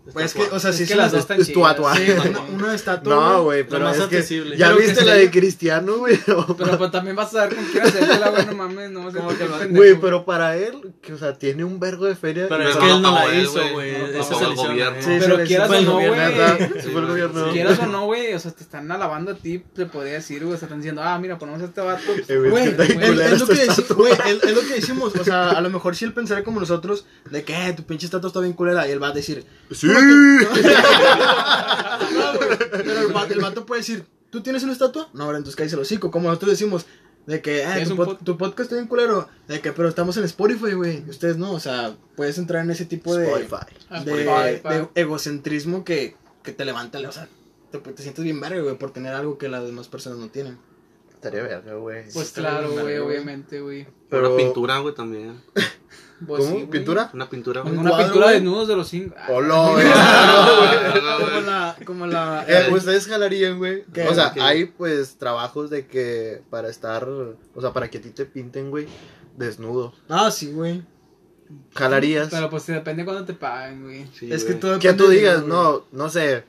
Speaker 2: Está
Speaker 5: Pues es que,
Speaker 2: guapo.
Speaker 5: o sea, sí
Speaker 3: es
Speaker 5: es
Speaker 3: que las dos
Speaker 5: una,
Speaker 3: están
Speaker 1: es tu
Speaker 3: chidas.
Speaker 1: atua.
Speaker 5: sí,
Speaker 3: güey.
Speaker 5: una, una estatua.
Speaker 1: No, güey, pero
Speaker 4: más
Speaker 1: es que.
Speaker 4: accesible.
Speaker 1: ¿Ya
Speaker 3: Creo que
Speaker 1: viste
Speaker 3: sí.
Speaker 1: la de Cristiano, güey?
Speaker 3: Pero pues, también vas a saber con quién hacerla, güey, este no mames, no vas a
Speaker 4: que lo-
Speaker 1: Güey, pero para él, que, o sea, tiene un vergo de feria.
Speaker 4: Pero
Speaker 1: y
Speaker 4: es
Speaker 1: no-
Speaker 4: que él no
Speaker 2: pagó
Speaker 4: la
Speaker 2: él,
Speaker 4: hizo,
Speaker 2: güey.
Speaker 4: güey.
Speaker 2: No lo
Speaker 4: Esa
Speaker 2: pagó
Speaker 4: se
Speaker 2: el
Speaker 4: le hizo a
Speaker 2: gobierno.
Speaker 4: él.
Speaker 1: Sí, se
Speaker 3: pero
Speaker 1: le-
Speaker 3: quieras
Speaker 1: fue
Speaker 3: o
Speaker 1: el
Speaker 3: no,
Speaker 1: gobierno,
Speaker 3: güey.
Speaker 1: ¿verdad?
Speaker 2: Sí,
Speaker 1: Sí, fue el
Speaker 2: güey.
Speaker 1: gobierno.
Speaker 3: Quieras o no, güey, o sea, te están alabando a ti, te podría decir, güey, o sea, están diciendo, ah, mira, ponemos a este vato. pues,
Speaker 1: Eh, güey,
Speaker 5: Güey,
Speaker 1: es que está
Speaker 5: es,
Speaker 1: bien culera
Speaker 5: es lo que
Speaker 1: esta
Speaker 5: deci-
Speaker 1: estatua.
Speaker 5: güey, es- es lo que decimos, o sea, a lo mejor si él pensara como nosotros, de que "Eh, tu pinche estatua está bien culera, y él va a decir,
Speaker 1: Sí,
Speaker 5: "Tú No, güey, Pero el vato, el vato puede decir, ¿tú tienes una estatua? No, ahora entonces caes el hocico. Como nosotros decimos, de que "Ah,
Speaker 3: Es
Speaker 5: tu,
Speaker 3: un
Speaker 5: pod-
Speaker 3: pod-
Speaker 5: tu podcast está bien culero. De que, pero estamos en Spotify, güey. y Ustedes no, o sea, puedes entrar en ese tipo de,
Speaker 1: Spotify.
Speaker 3: Ah, pues,
Speaker 5: de,
Speaker 3: Spotify.
Speaker 5: de egocentrismo que, que te levanta. O sea, te, te sientes bien verga, güey, por tener algo que las demás personas no tienen.
Speaker 1: Estaría verga, güey.
Speaker 3: Pues
Speaker 1: Está
Speaker 3: claro,
Speaker 1: bien
Speaker 3: güey,
Speaker 1: verga,
Speaker 3: obviamente, güey.
Speaker 1: Pero-
Speaker 2: Una pintura, güey, también.
Speaker 3: Pues sí,
Speaker 1: ¿Cómo?
Speaker 3: güey.
Speaker 1: ¿Pintura?
Speaker 2: Una pintura, güey.
Speaker 3: Una
Speaker 5: cuadro,
Speaker 3: pintura
Speaker 5: güey.
Speaker 3: de desnudos de los cinco. Ah,
Speaker 1: Hola, güey.
Speaker 2: Ah, güey.
Speaker 5: Como la, como la
Speaker 1: Eh, Ustedes jalarían, güey.
Speaker 5: ¿Qué?
Speaker 1: O sea,
Speaker 2: ¿Qué?
Speaker 1: hay pues trabajos de que para estar, o sea, para que a ti te pinten, güey, desnudo.
Speaker 5: Ah, sí, güey.
Speaker 1: Jalarías.
Speaker 3: Pero pues sí, depende cuando te paguen, güey.
Speaker 2: Sí,
Speaker 5: es que
Speaker 2: güey.
Speaker 5: todo
Speaker 1: Que
Speaker 5: depende
Speaker 1: tú
Speaker 5: de-
Speaker 1: digas, no, no sé,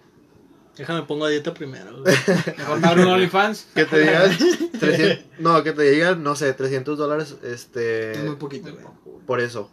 Speaker 4: Déjame pongo a dieta primero, güey.
Speaker 3: Mejor me abro un OnlyFans.
Speaker 1: que te digan 300, no, que te digan, no sé, 300 dólares, este,
Speaker 5: Es muy poquito, güey.
Speaker 1: por eso.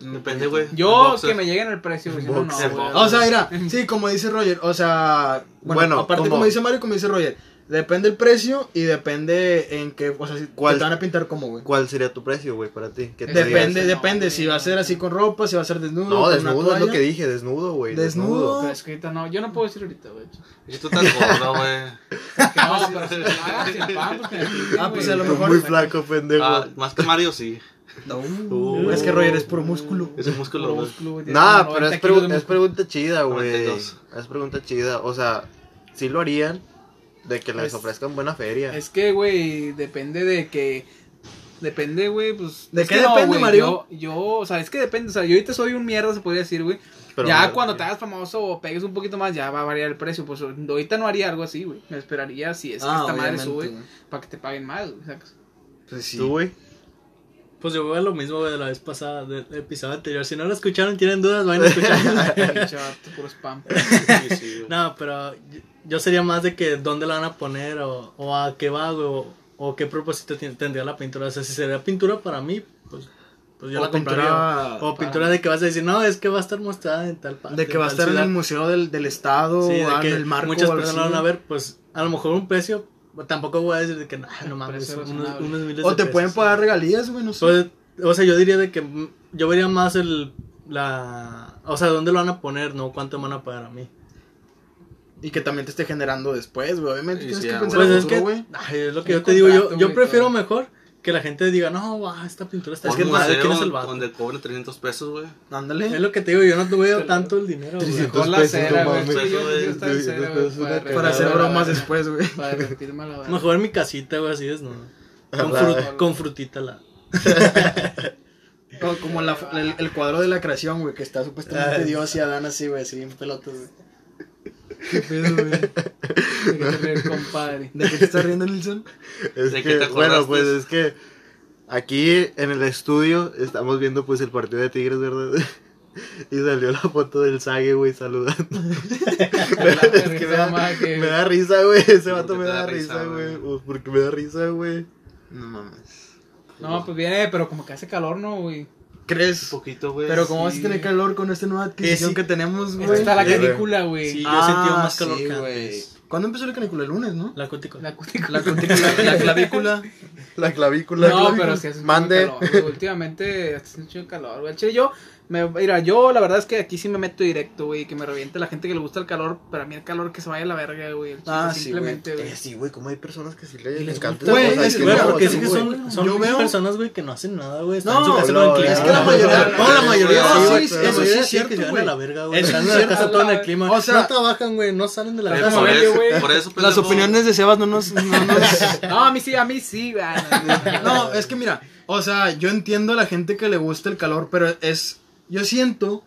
Speaker 5: Muy
Speaker 2: Depende,
Speaker 5: poquito.
Speaker 2: güey.
Speaker 3: Yo,
Speaker 2: Boxer.
Speaker 3: que me lleguen el precio, güey. si No, no,
Speaker 1: Boxer,
Speaker 3: güey.
Speaker 5: Ah, O sea, mira, sí, como dice Roger, o sea, bueno,
Speaker 1: Bueno,
Speaker 5: aparte
Speaker 1: ¿cómo?
Speaker 5: como dice Mario, como dice Roger, depende el precio y depende en qué, o sea, si
Speaker 1: ¿Cuál?
Speaker 5: te van a pintar como, güey.
Speaker 1: ¿Cuál sería tu precio, güey, para ti? Que te
Speaker 3: Depende
Speaker 1: digan,
Speaker 5: Depende,
Speaker 3: No,
Speaker 5: depende,
Speaker 3: güey,
Speaker 5: si va a ser así con ropa, si va a ser desnudo.
Speaker 1: No,
Speaker 5: con una
Speaker 1: desnudo es lo
Speaker 5: toalla.
Speaker 1: que dije, desnudo, güey.
Speaker 5: Desnudo.
Speaker 3: Pero es que ahorita no, yo no puedo decir ahorita, güey.
Speaker 2: Es que tú estás gordo, güey.
Speaker 3: Que no, pero si lo hagas, si lo pagan, pues que me pinten,
Speaker 5: Ah, pues,
Speaker 3: güey.
Speaker 5: a lo
Speaker 1: Tú
Speaker 5: mejor-
Speaker 1: muy flaco, pendejo.
Speaker 2: Ah, más que Mario, sí.
Speaker 5: No,
Speaker 1: Uh.
Speaker 5: es que Roger es puro músculo.
Speaker 2: Es un músculo,
Speaker 3: Puro
Speaker 2: güey.
Speaker 3: músculo, güey, tiene
Speaker 1: Nah,
Speaker 3: como
Speaker 1: pero
Speaker 3: 90
Speaker 1: es,
Speaker 3: kilos
Speaker 1: pregu-
Speaker 3: de
Speaker 1: es
Speaker 3: músculo.
Speaker 1: pregunta chida, güey.
Speaker 2: 92.
Speaker 1: Es pregunta chida. O sea, si lo harían de que les
Speaker 3: Es-
Speaker 1: ofrezcan buena feria.
Speaker 3: Pues, Es que, güey, depende de que. Depende, güey, pues.
Speaker 5: ¿De
Speaker 3: es
Speaker 5: qué
Speaker 3: que no,
Speaker 5: depende,
Speaker 3: güey,
Speaker 5: Mario?
Speaker 3: Yo, yo, o sea, es que depende. O sea, yo ahorita soy un mierda, se podría decir, güey.
Speaker 1: Pero
Speaker 3: ya
Speaker 1: no,
Speaker 3: cuando
Speaker 1: güey.
Speaker 3: te hagas famoso o pegues un poquito más, ya va a variar el precio. Pues ahorita no haría algo así, güey. Me esperaría si es que esta madre
Speaker 5: Ah, obviamente,
Speaker 3: sube
Speaker 5: güey.
Speaker 3: para que te paguen más, güey. sacas.
Speaker 5: Pues sí.
Speaker 1: ¿Tú, güey?
Speaker 4: Pues yo veo lo mismo, güey, de la vez pasada, del episodio anterior. Si no lo escucharon, tienen dudas, vayan a escucharlo.
Speaker 3: Pinche vato, puro spam.
Speaker 2: Sí, sí, güey.
Speaker 4: no, pero yo- yo sería más de que dónde la van a poner o, o a qué va, güey, o, o qué propósito tien- tendría la pintura. O sea, si sería pintura para mí, pues, pues yo
Speaker 5: O
Speaker 4: la compraría.
Speaker 5: pintura
Speaker 4: o
Speaker 3: para
Speaker 4: pintura de que vas a decir, no, es que va a estar mostrada en tal parte.
Speaker 5: De que va a
Speaker 4: tal
Speaker 5: estar en el
Speaker 4: ciudad".
Speaker 5: museo del, del estado,
Speaker 4: Sí, de
Speaker 5: o en
Speaker 4: que
Speaker 5: el marco.
Speaker 4: muchas
Speaker 5: o algo
Speaker 4: personas
Speaker 5: así.
Speaker 4: van a ver, pues a lo mejor un precio, tampoco voy a decir de que "Nah, no mames,
Speaker 3: Precio
Speaker 4: unos,
Speaker 3: razonable.
Speaker 4: unos miles
Speaker 5: O
Speaker 4: de
Speaker 5: te
Speaker 4: pesos".
Speaker 5: pueden pagar regalías, güey, no sé.
Speaker 4: Pues, o sea, yo diría de que mm, yo vería más el la o sea, dónde lo van a poner, no cuánto me van a pagar a mí.
Speaker 5: Y que también te esté generando después, güey. Obviamente
Speaker 2: Y
Speaker 5: tienes
Speaker 2: sí,
Speaker 5: que
Speaker 2: ah,
Speaker 5: pensar
Speaker 4: Pues
Speaker 5: en
Speaker 4: es
Speaker 5: futuro,
Speaker 4: que
Speaker 5: güey.
Speaker 4: ay, es lo que
Speaker 3: Un
Speaker 4: yo te digo, yo
Speaker 3: contrato,
Speaker 4: yo
Speaker 3: güey,
Speaker 4: prefiero
Speaker 3: todo.
Speaker 4: mejor que la gente diga, "No, guau, esta pintura está
Speaker 2: O
Speaker 4: es que
Speaker 2: un
Speaker 4: nada,
Speaker 2: museo
Speaker 4: ¿quién es el vato?"
Speaker 2: donde cobran 300 pesos, güey.
Speaker 4: Es
Speaker 5: Ándale.
Speaker 4: lo que te digo, yo no te veo tanto el dinero, güey.
Speaker 1: 300
Speaker 3: Mejor la
Speaker 1: pesos,
Speaker 3: cera,
Speaker 1: no
Speaker 3: güey.
Speaker 1: mames.
Speaker 3: es que yo- yo estaba en cera, güey,
Speaker 1: Pesos, una
Speaker 5: Para hacer
Speaker 1: Pero,
Speaker 5: bromas después, güey.
Speaker 3: Para divertirme a la verdad.
Speaker 4: Mejor en mi casita, güey, así es, no. Con,
Speaker 1: la
Speaker 4: fru-
Speaker 3: verga.
Speaker 4: con frutita la.
Speaker 5: O como la, el, el cuadro de la creación, güey, que está supuestamente Dios y Adán así, güey, así en pelotas, güey. ¿Qué pedo, güey?
Speaker 3: compadre.
Speaker 5: ¿De qué te estás riendo, Nilsson?
Speaker 1: Es
Speaker 2: ¿De
Speaker 1: que,
Speaker 2: qué te
Speaker 1: bueno,
Speaker 2: acordaste?
Speaker 1: pues es que aquí en el estudio estamos viendo pues el partido de Tigres, ¿verdad? Y salió la foto del Sage, güey, saludando. Pero es que me da,
Speaker 3: Mamá, que-
Speaker 1: me da risa, güey. Ese vato
Speaker 2: Porque
Speaker 1: me
Speaker 2: te
Speaker 1: da risa, güey. Pues, Porque me da risa, güey.
Speaker 5: No mames.
Speaker 3: No, pues viene, pero como que hace calor, ¿no, güey?
Speaker 2: Un
Speaker 5: ¿Crees?
Speaker 2: poquito, güey.
Speaker 5: Pero como vas
Speaker 3: sí.
Speaker 5: a tener calor con esta nueva adquisición
Speaker 4: sí.
Speaker 5: que tenemos,
Speaker 3: Esta
Speaker 5: güey. Eh,
Speaker 3: está la
Speaker 1: Sí, güey.
Speaker 3: canícula, güey.
Speaker 4: Sí, yo he
Speaker 5: Ah,
Speaker 4: sentido más calor
Speaker 5: sí,
Speaker 4: que
Speaker 5: güey.
Speaker 4: antes.
Speaker 5: ¿Cuándo empezó la canícula? El lunes, ¿no?
Speaker 4: La cutícula.
Speaker 3: La cutícula.
Speaker 5: La cutícula, la clavícula.
Speaker 1: La clavícula.
Speaker 3: No,
Speaker 1: clavícula.
Speaker 3: pero sí hace un
Speaker 1: Mande.
Speaker 3: chingo de calor. güey. Últimamente hace un chingo de calor, güey. Al Chile, yo, me, mira, yo la verdad es que aquí sí me meto directo, güey. Que me reviente la gente que le gusta el calor. Pero a mí el calor que se vaya a la verga, güey. al chile,
Speaker 5: Ah, sí,
Speaker 3: simplemente,
Speaker 1: Eh, sí, güey, como hay personas que sí le- les encanta.
Speaker 5: gusta.
Speaker 1: esa
Speaker 5: Güey,
Speaker 1: cosa,
Speaker 5: es
Speaker 1: que
Speaker 5: bueno,
Speaker 1: no,
Speaker 4: porque
Speaker 1: sí,
Speaker 4: sí que
Speaker 1: güey.
Speaker 4: son, son
Speaker 5: Yo veo-
Speaker 4: personas, güey, que no hacen nada, güey. Están
Speaker 5: No,
Speaker 4: en su casa
Speaker 1: no,
Speaker 4: tranquilos.
Speaker 1: es que la
Speaker 4: No,
Speaker 1: mayoría-
Speaker 4: no, la
Speaker 1: sí,
Speaker 4: mayoría
Speaker 5: Ah,
Speaker 1: güey,
Speaker 4: sí,
Speaker 1: sí,
Speaker 4: eso
Speaker 1: la
Speaker 4: sí
Speaker 5: mayoría
Speaker 4: es
Speaker 5: sí que
Speaker 4: cierto,
Speaker 5: se van
Speaker 4: güey.
Speaker 5: a
Speaker 4: la
Speaker 5: la
Speaker 4: verga,
Speaker 5: güey. Están
Speaker 4: en la casa todo en el clima. O sea, no trabajan, güey, no salen de la
Speaker 2: Eh,
Speaker 4: casa.
Speaker 2: por,
Speaker 3: güey, güey.
Speaker 2: eso, por eso,
Speaker 5: Las
Speaker 2: pendejo.
Speaker 5: opiniones de Sebas no nos... No, nos...
Speaker 3: No, a mí sí, a mí sí, güey. Ah,
Speaker 5: No, es que mira, o sea, yo entiendo a la gente que le gusta el calor, pero es. Yo siento.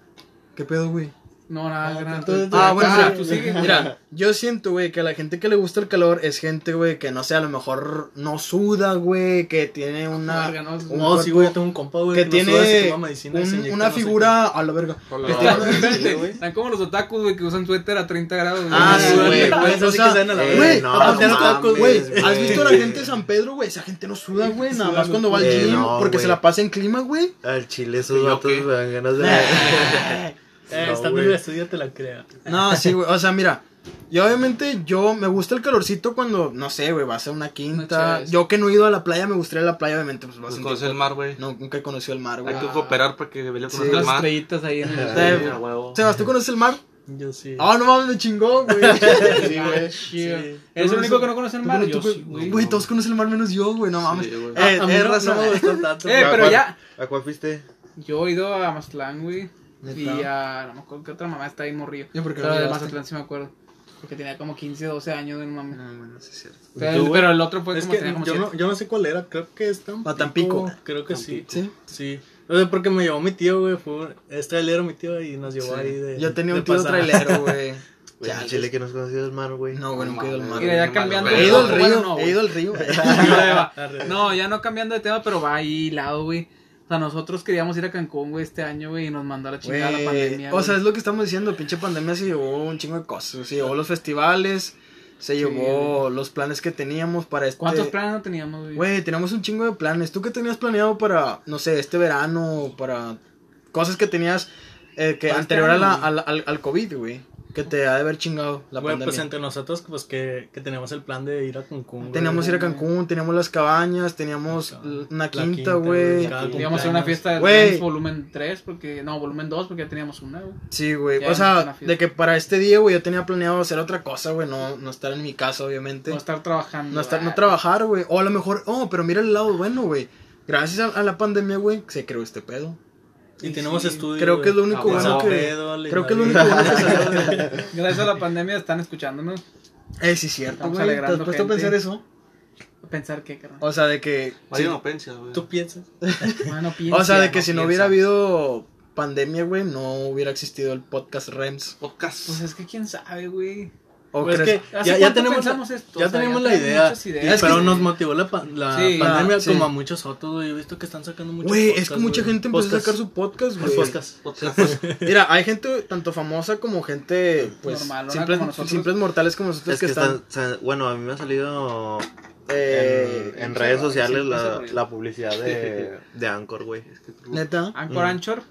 Speaker 5: ¿Qué pedo, güey?
Speaker 3: No, nada, nada.
Speaker 4: entonces-
Speaker 3: Ah,
Speaker 5: Ah,
Speaker 3: bueno,
Speaker 5: bueno,
Speaker 3: mira,
Speaker 5: sí.
Speaker 3: tú sigue, güey.
Speaker 5: Mira, yo siento, güey, que a la gente que le gusta el calor es gente, güey, que no sé, a lo mejor no suda, güey, que tiene una.
Speaker 3: Verga, no,
Speaker 5: un
Speaker 4: No, sí,
Speaker 5: cuerpo
Speaker 4: güey, yo tengo un compa, güey,
Speaker 5: Que
Speaker 4: no suda, se
Speaker 5: tiene
Speaker 4: toma medicina y
Speaker 5: un-
Speaker 4: se inyecta
Speaker 5: una
Speaker 4: no sé
Speaker 5: figura a la verga.
Speaker 2: Hola.
Speaker 5: que
Speaker 3: No,
Speaker 5: tiene-
Speaker 3: espérate, Están como los otakus, güey, que usan suéter a 30 grados. güey.
Speaker 5: Ah,
Speaker 4: qué.
Speaker 5: sí, güey.
Speaker 4: Eso
Speaker 5: O
Speaker 4: sí
Speaker 5: sea,
Speaker 4: que se dan a la
Speaker 1: eh,
Speaker 4: verga.
Speaker 5: Güey,
Speaker 1: no, no
Speaker 5: aparte eran tacos,
Speaker 1: mames,
Speaker 5: güey. ¿Has
Speaker 1: güey.
Speaker 5: visto a la gente de San Pedro, güey? Esa gente no suda, güey, nada más cuando va al
Speaker 1: Eh,
Speaker 5: gym,
Speaker 1: no,
Speaker 5: porque
Speaker 1: güey.
Speaker 5: se la pasa en clima, güey.
Speaker 1: Al chile, esos
Speaker 2: ¿Y yo
Speaker 1: vatos
Speaker 2: qué?
Speaker 1: me dan ganas de.
Speaker 4: Eh,
Speaker 1: No,
Speaker 4: Estando en
Speaker 1: güey.
Speaker 4: el estudio te la creo.
Speaker 5: No, sí, güey. O sea, mira, Y obviamente yo me gusta el calorcito cuando, no sé, güey, vas a una quinta.
Speaker 3: chéves.
Speaker 5: yo que no he ido a la playa, me gustaría la playa, obviamente. Pues, vas
Speaker 2: Pues
Speaker 5: a un
Speaker 2: conocer el mar, güey.
Speaker 5: No, nunca conoció el mar, güey.
Speaker 2: Hay que
Speaker 3: Ah.
Speaker 2: cooperar para que Belio
Speaker 5: Sí,
Speaker 2: conozca
Speaker 3: Las
Speaker 2: el mar.
Speaker 3: estrellitas ahí en el...
Speaker 5: Te-
Speaker 2: Sí, a huevo.
Speaker 5: Sebas, ¿tú conoces el mar?
Speaker 4: Yo sí.
Speaker 5: Ah, no mames, me chingó, güey. Sí, güey.
Speaker 3: Sí.
Speaker 4: Sí.
Speaker 3: ¿Eres Ah, el único que no conoce el
Speaker 5: Tú
Speaker 3: mar?
Speaker 5: conoces-
Speaker 3: Yo
Speaker 5: tú-
Speaker 3: sí, güey.
Speaker 5: Güey, todos conocen el mar menos yo, güey, no mames.
Speaker 2: Sí, Ah, güey.
Speaker 4: A-
Speaker 5: eh,
Speaker 4: a mí
Speaker 5: eh,
Speaker 4: no-
Speaker 5: raza.
Speaker 4: no me gustó tanto.
Speaker 3: Eh,
Speaker 1: ¿A
Speaker 3: pero
Speaker 1: cuál-
Speaker 3: ya.
Speaker 1: ¿A cuál fuiste?
Speaker 3: Yo he ido a Mazatlán, güey. Y
Speaker 5: Neta.
Speaker 3: a... No me acuerdo qué otra mamá está ahí morrido.
Speaker 5: Yo porque
Speaker 3: Pero
Speaker 5: no
Speaker 3: de
Speaker 5: llegaste.
Speaker 3: Mazatlán sí me acuerdo. Porque tenía como 15, 12 años, no mames.
Speaker 5: No, Ah, bueno, sí es cierto.
Speaker 3: Pero,
Speaker 4: ¿Tú,
Speaker 3: el,
Speaker 4: güey?
Speaker 3: pero el otro fue
Speaker 4: Es
Speaker 3: como
Speaker 4: que
Speaker 3: tenía como
Speaker 4: yo
Speaker 3: siete.
Speaker 4: no, yo no sé cuál era, creo que es Tampico.
Speaker 5: A Tampico.
Speaker 4: Creo que sí.
Speaker 5: Sí.
Speaker 4: Sí. O sea, porque me llevó mi tío, güey. Fue, es trailero mi tío y nos llevó
Speaker 5: Sí.
Speaker 4: ahí de.
Speaker 5: Yo tenía
Speaker 4: de
Speaker 5: un tío
Speaker 4: pasada.
Speaker 5: trailero, güey.
Speaker 1: Güey, al chile que no has conocido el mar, güey.
Speaker 5: No, güey, nunca he ido al mar.
Speaker 3: Mira, ya
Speaker 2: Qué
Speaker 3: cambiando
Speaker 2: malo,
Speaker 5: He
Speaker 3: de
Speaker 5: ido al
Speaker 3: tema, bueno, no,
Speaker 5: río,
Speaker 3: güey.
Speaker 5: he ido al río.
Speaker 4: Arre.
Speaker 3: No, ya no cambiando de tema, pero va ahí lado, güey. O sea, nosotros queríamos ir a Cancún, güey, este año, güey, y nos mandó a la chingada la
Speaker 5: Güey,
Speaker 3: pandemia.
Speaker 5: O sea,
Speaker 3: güey.
Speaker 5: es lo que estamos diciendo, pinche pandemia se llevó un chingo de cosas. Se llevó los festivales, se llevó los planes que teníamos para este...
Speaker 3: ¿cuántos planes no teníamos, güey?
Speaker 5: Güey, tenemos un chingo de planes. ¿Tú qué tenías planeado para, no sé, este verano? Para cosas que tenías eh, que
Speaker 3: Para este
Speaker 5: anterior a la-
Speaker 3: año,
Speaker 5: a la- al, al COVID, güey. Que te ha de haber chingado la
Speaker 4: Güey, pues
Speaker 5: pandemia.
Speaker 4: entre nosotros, pues que, que tenemos el plan de ir a Cancún. güey.
Speaker 5: Teníamos ir a Cancún, teníamos las cabañas, teníamos
Speaker 4: Acá.
Speaker 5: l- una
Speaker 4: La
Speaker 5: quinta,
Speaker 4: quinta,
Speaker 5: güey.
Speaker 4: güey, cada
Speaker 3: Íbamos a hacer una fiesta de
Speaker 5: Güey.
Speaker 3: Dance volumen 3, porque... No, volumen 2, porque ya teníamos una, güey.
Speaker 5: Sí, güey.
Speaker 3: Ya
Speaker 5: O
Speaker 3: íbamos a una
Speaker 5: sea,
Speaker 3: fiesta.
Speaker 5: de que para este día, güey, yo tenía planeado hacer otra cosa, güey. No, no estar en mi casa, obviamente.
Speaker 3: No estar trabajando.
Speaker 5: No, estar, no
Speaker 3: ah,
Speaker 5: trabajar, güey. O a lo mejor, oh, pero mira el lado bueno, güey. Gracias a, a la pandemia, güey, se creó este pedo.
Speaker 4: Y tenemos
Speaker 3: Sí.
Speaker 4: estudios.
Speaker 5: Creo que es lo único
Speaker 2: bueno que-
Speaker 5: Creo que es lo único bueno que salió de-
Speaker 3: Gracias a la pandemia están escuchándonos.
Speaker 5: Eh, sí, cierto,
Speaker 3: Estamos
Speaker 5: güey. ¿Te has
Speaker 3: alegrando
Speaker 5: puesto a
Speaker 3: gente.
Speaker 5: pensar eso?
Speaker 3: Pensar que, carnal.
Speaker 5: O sea, de que...
Speaker 2: Hay
Speaker 5: sí,
Speaker 2: una opencia, güey.
Speaker 4: Tú piensas.
Speaker 3: Mano, piensa,
Speaker 5: o sea, de que si no
Speaker 3: piensa.
Speaker 5: hubiera habido pandemia, güey, no hubiera existido el podcast REMS.
Speaker 2: Podcast.
Speaker 3: Pues es que quién sabe, güey.
Speaker 5: ¿O
Speaker 4: Pues es
Speaker 5: crees-
Speaker 4: que
Speaker 3: ¿Hace
Speaker 4: ya, ya
Speaker 3: cuánto
Speaker 4: tenemos,
Speaker 3: pensamos
Speaker 4: la-
Speaker 3: esto?
Speaker 4: ya
Speaker 3: O sea,
Speaker 4: tenemos
Speaker 3: ya
Speaker 4: la
Speaker 3: tenemos
Speaker 4: idea.
Speaker 3: muchas ideas.
Speaker 4: y- pero
Speaker 5: Es que-
Speaker 4: nos motivó la, pa- la
Speaker 3: Sí.
Speaker 4: pandemia
Speaker 5: Ah, sí.
Speaker 4: como a muchos otros, güey. He visto que están sacando muchos
Speaker 5: Güey, es
Speaker 4: podcasts,
Speaker 5: que mucha
Speaker 4: güey.
Speaker 5: gente empezó a
Speaker 4: Podcasts.
Speaker 5: sacar su podcast, güey.
Speaker 4: Pues podcasts.
Speaker 2: Podcast.
Speaker 5: Mira, hay gente tanto famosa como gente, pues,
Speaker 3: Normalona
Speaker 5: simples,
Speaker 3: como nosotros.
Speaker 5: simples mortales como nosotros
Speaker 1: Es
Speaker 5: que, están...
Speaker 1: sa- bueno, a mí me ha salido
Speaker 5: eh,
Speaker 1: en, en redes sociales
Speaker 3: sí,
Speaker 1: la,
Speaker 3: sí, sí.
Speaker 1: la publicidad de, de Anchor, güey.
Speaker 5: Neta.
Speaker 3: Anchor,
Speaker 1: Mm.
Speaker 3: Anchor.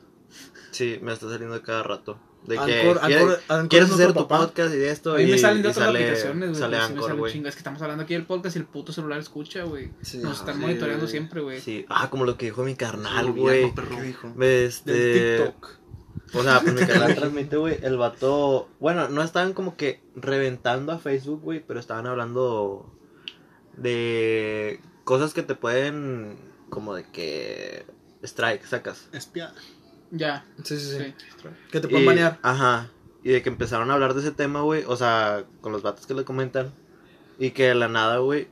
Speaker 1: Sí, me está saliendo cada rato. De que
Speaker 5: Anchor-
Speaker 1: quieres,
Speaker 5: Anchor- Anchor
Speaker 1: quieres
Speaker 5: es
Speaker 1: hacer
Speaker 5: nuestro
Speaker 1: tu
Speaker 5: papá.
Speaker 1: podcast y de esto.
Speaker 3: A mí
Speaker 1: y,
Speaker 3: me salen de
Speaker 1: y
Speaker 3: otras
Speaker 1: sale,
Speaker 3: aplicaciones, güey. pues,
Speaker 1: Sale
Speaker 3: sí me sale
Speaker 1: Anchor,
Speaker 3: un
Speaker 1: güey.
Speaker 3: chingo. Es que estamos hablando aquí del podcast y el puto celular escucha, güey.
Speaker 5: Sí,
Speaker 3: Nos están
Speaker 2: sí,
Speaker 3: monitoreando
Speaker 2: güey.
Speaker 3: siempre, güey.
Speaker 1: Sí. Ah, como lo que dijo mi carnal,
Speaker 2: Subiendo,
Speaker 1: güey.
Speaker 2: perro.
Speaker 5: ¿Qué dijo?
Speaker 1: Ve,
Speaker 4: Del
Speaker 1: Este,
Speaker 4: TikTok.
Speaker 1: o sea, pues mi canal transmite, güey, el vato... Bueno, no estaban como que reventando a Facebook, güey, pero estaban hablando de cosas que te pueden, como de que... Strike, sacas.
Speaker 4: Espía.
Speaker 3: Ya.
Speaker 5: Sí, sí, sí.
Speaker 3: Sí.
Speaker 5: Que te pueden
Speaker 1: Y-
Speaker 5: banear.
Speaker 1: Ajá. Y de que empezaron a hablar de ese tema, güey. O sea, con los vatos que le comentan. Y que de la nada, güey,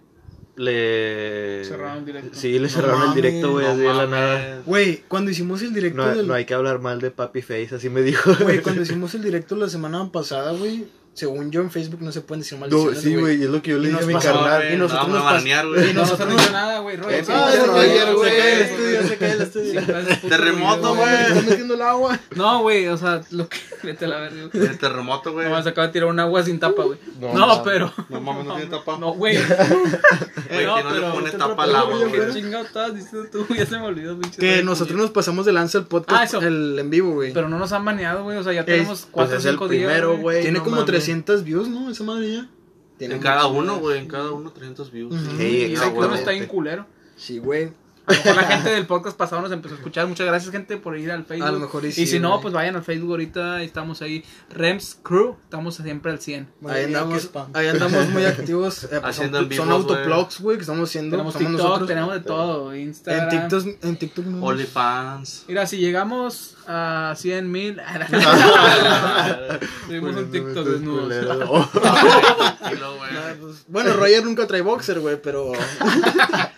Speaker 1: le...
Speaker 3: Cerraron el directo.
Speaker 1: Sí, le
Speaker 5: No
Speaker 1: cerraron
Speaker 5: mames,
Speaker 1: el directo, güey,
Speaker 2: No
Speaker 1: así de la nada.
Speaker 2: mames.
Speaker 5: Güey, cuando hicimos el directo
Speaker 1: No,
Speaker 5: del...
Speaker 1: no hay que hablar mal de Papi Face, así me dijo.
Speaker 5: Güey, cuando hicimos el directo la semana pasada, güey, según yo en Facebook no se pueden decir
Speaker 1: No,
Speaker 5: maldiciones,
Speaker 1: sí, güey, es lo que yo
Speaker 5: Y
Speaker 1: le dije
Speaker 5: nos
Speaker 1: a mi
Speaker 5: pasó,
Speaker 1: carnal.
Speaker 5: güey, y nosotros
Speaker 2: No, me
Speaker 5: nos
Speaker 2: van a
Speaker 5: pas-
Speaker 2: banear, güey.
Speaker 5: y
Speaker 3: No, nosotros no
Speaker 5: nosotros-
Speaker 3: hizo nada, güey. Roy,
Speaker 1: Eh,
Speaker 3: sí,
Speaker 1: ah,
Speaker 3: sí,
Speaker 1: se
Speaker 3: sí,
Speaker 1: cayó
Speaker 3: sí,
Speaker 1: el güey,
Speaker 3: sí,
Speaker 5: estudio, se cayó el estudio.
Speaker 3: Sí, fue ese puto
Speaker 2: Terremoto,
Speaker 3: video,
Speaker 2: güey.
Speaker 5: Está metiendo el agua.
Speaker 3: No, güey, o sea, lo que. Vete a la verga. güey.
Speaker 2: El terremoto, güey.
Speaker 3: No, se acaba de tirar un agua sin tapa, güey.
Speaker 1: No,
Speaker 3: No,
Speaker 1: mames.
Speaker 3: pero.
Speaker 2: No mames, no tiene tapa.
Speaker 3: No, güey.
Speaker 2: Güey,
Speaker 3: No,
Speaker 2: que no le
Speaker 3: pero-
Speaker 2: pone
Speaker 5: te
Speaker 2: tapa al
Speaker 5: atropello,
Speaker 2: agua,
Speaker 5: yo
Speaker 2: güey.
Speaker 5: creo.
Speaker 3: ¿Qué chingado estabas diciendo tú? Ya se me olvidó, pinche.
Speaker 5: Que
Speaker 3: Roy.
Speaker 5: nosotros nos pasamos de lanza el podcast,
Speaker 3: Ah, eso.
Speaker 5: el en vivo, güey.
Speaker 3: Pero no nos han baneado, güey. O sea, ya
Speaker 5: Ey,
Speaker 3: tenemos
Speaker 1: Pues
Speaker 3: cuatro o
Speaker 1: es el
Speaker 3: cinco días.
Speaker 1: primero, güey.
Speaker 5: Tiene
Speaker 1: no
Speaker 5: como
Speaker 1: mames.
Speaker 5: 300 views, ¿no? Esa madre ya. Tiene
Speaker 2: En cada
Speaker 5: mucho,
Speaker 2: uno, güey. En cada uno 300 views.
Speaker 5: Ujú.
Speaker 1: Sí,
Speaker 2: Ah,
Speaker 3: Y seguro
Speaker 2: huevo.
Speaker 1: exactamente.
Speaker 3: está bien culero.
Speaker 5: Sí, güey.
Speaker 3: A lo mejor la gente del podcast pasado nos empezó a escuchar. Muchas gracias, gente, por ir al Facebook.
Speaker 5: A lo mejor y
Speaker 3: y
Speaker 5: sí,
Speaker 3: si no,
Speaker 5: güey.
Speaker 3: pues vayan al Facebook ahorita. Estamos ahí. Rems Crew. Estamos siempre al 100.
Speaker 4: Bueno,
Speaker 5: Ahí
Speaker 4: ya que
Speaker 5: andamos,
Speaker 4: spam.
Speaker 5: ahí andamos muy activos. eh, pues
Speaker 2: Haciendo
Speaker 5: son
Speaker 2: en
Speaker 5: son
Speaker 2: vivos, güey.
Speaker 5: autoplogs, güey, que estamos haciendo.
Speaker 3: Tenemos
Speaker 5: somos
Speaker 3: TikTok,
Speaker 5: nosotros.
Speaker 3: tenemos de todo.
Speaker 5: En
Speaker 3: Instagram.
Speaker 5: TikTok, en TikTok no.
Speaker 2: OnlyFans.
Speaker 3: Mira, si llegamos a 100 mil. Tuvimos un TikTok desnudos.
Speaker 2: Tranquilo, güey.
Speaker 5: Ah, pues, Bueno, Roger nunca trae boxer, güey, pero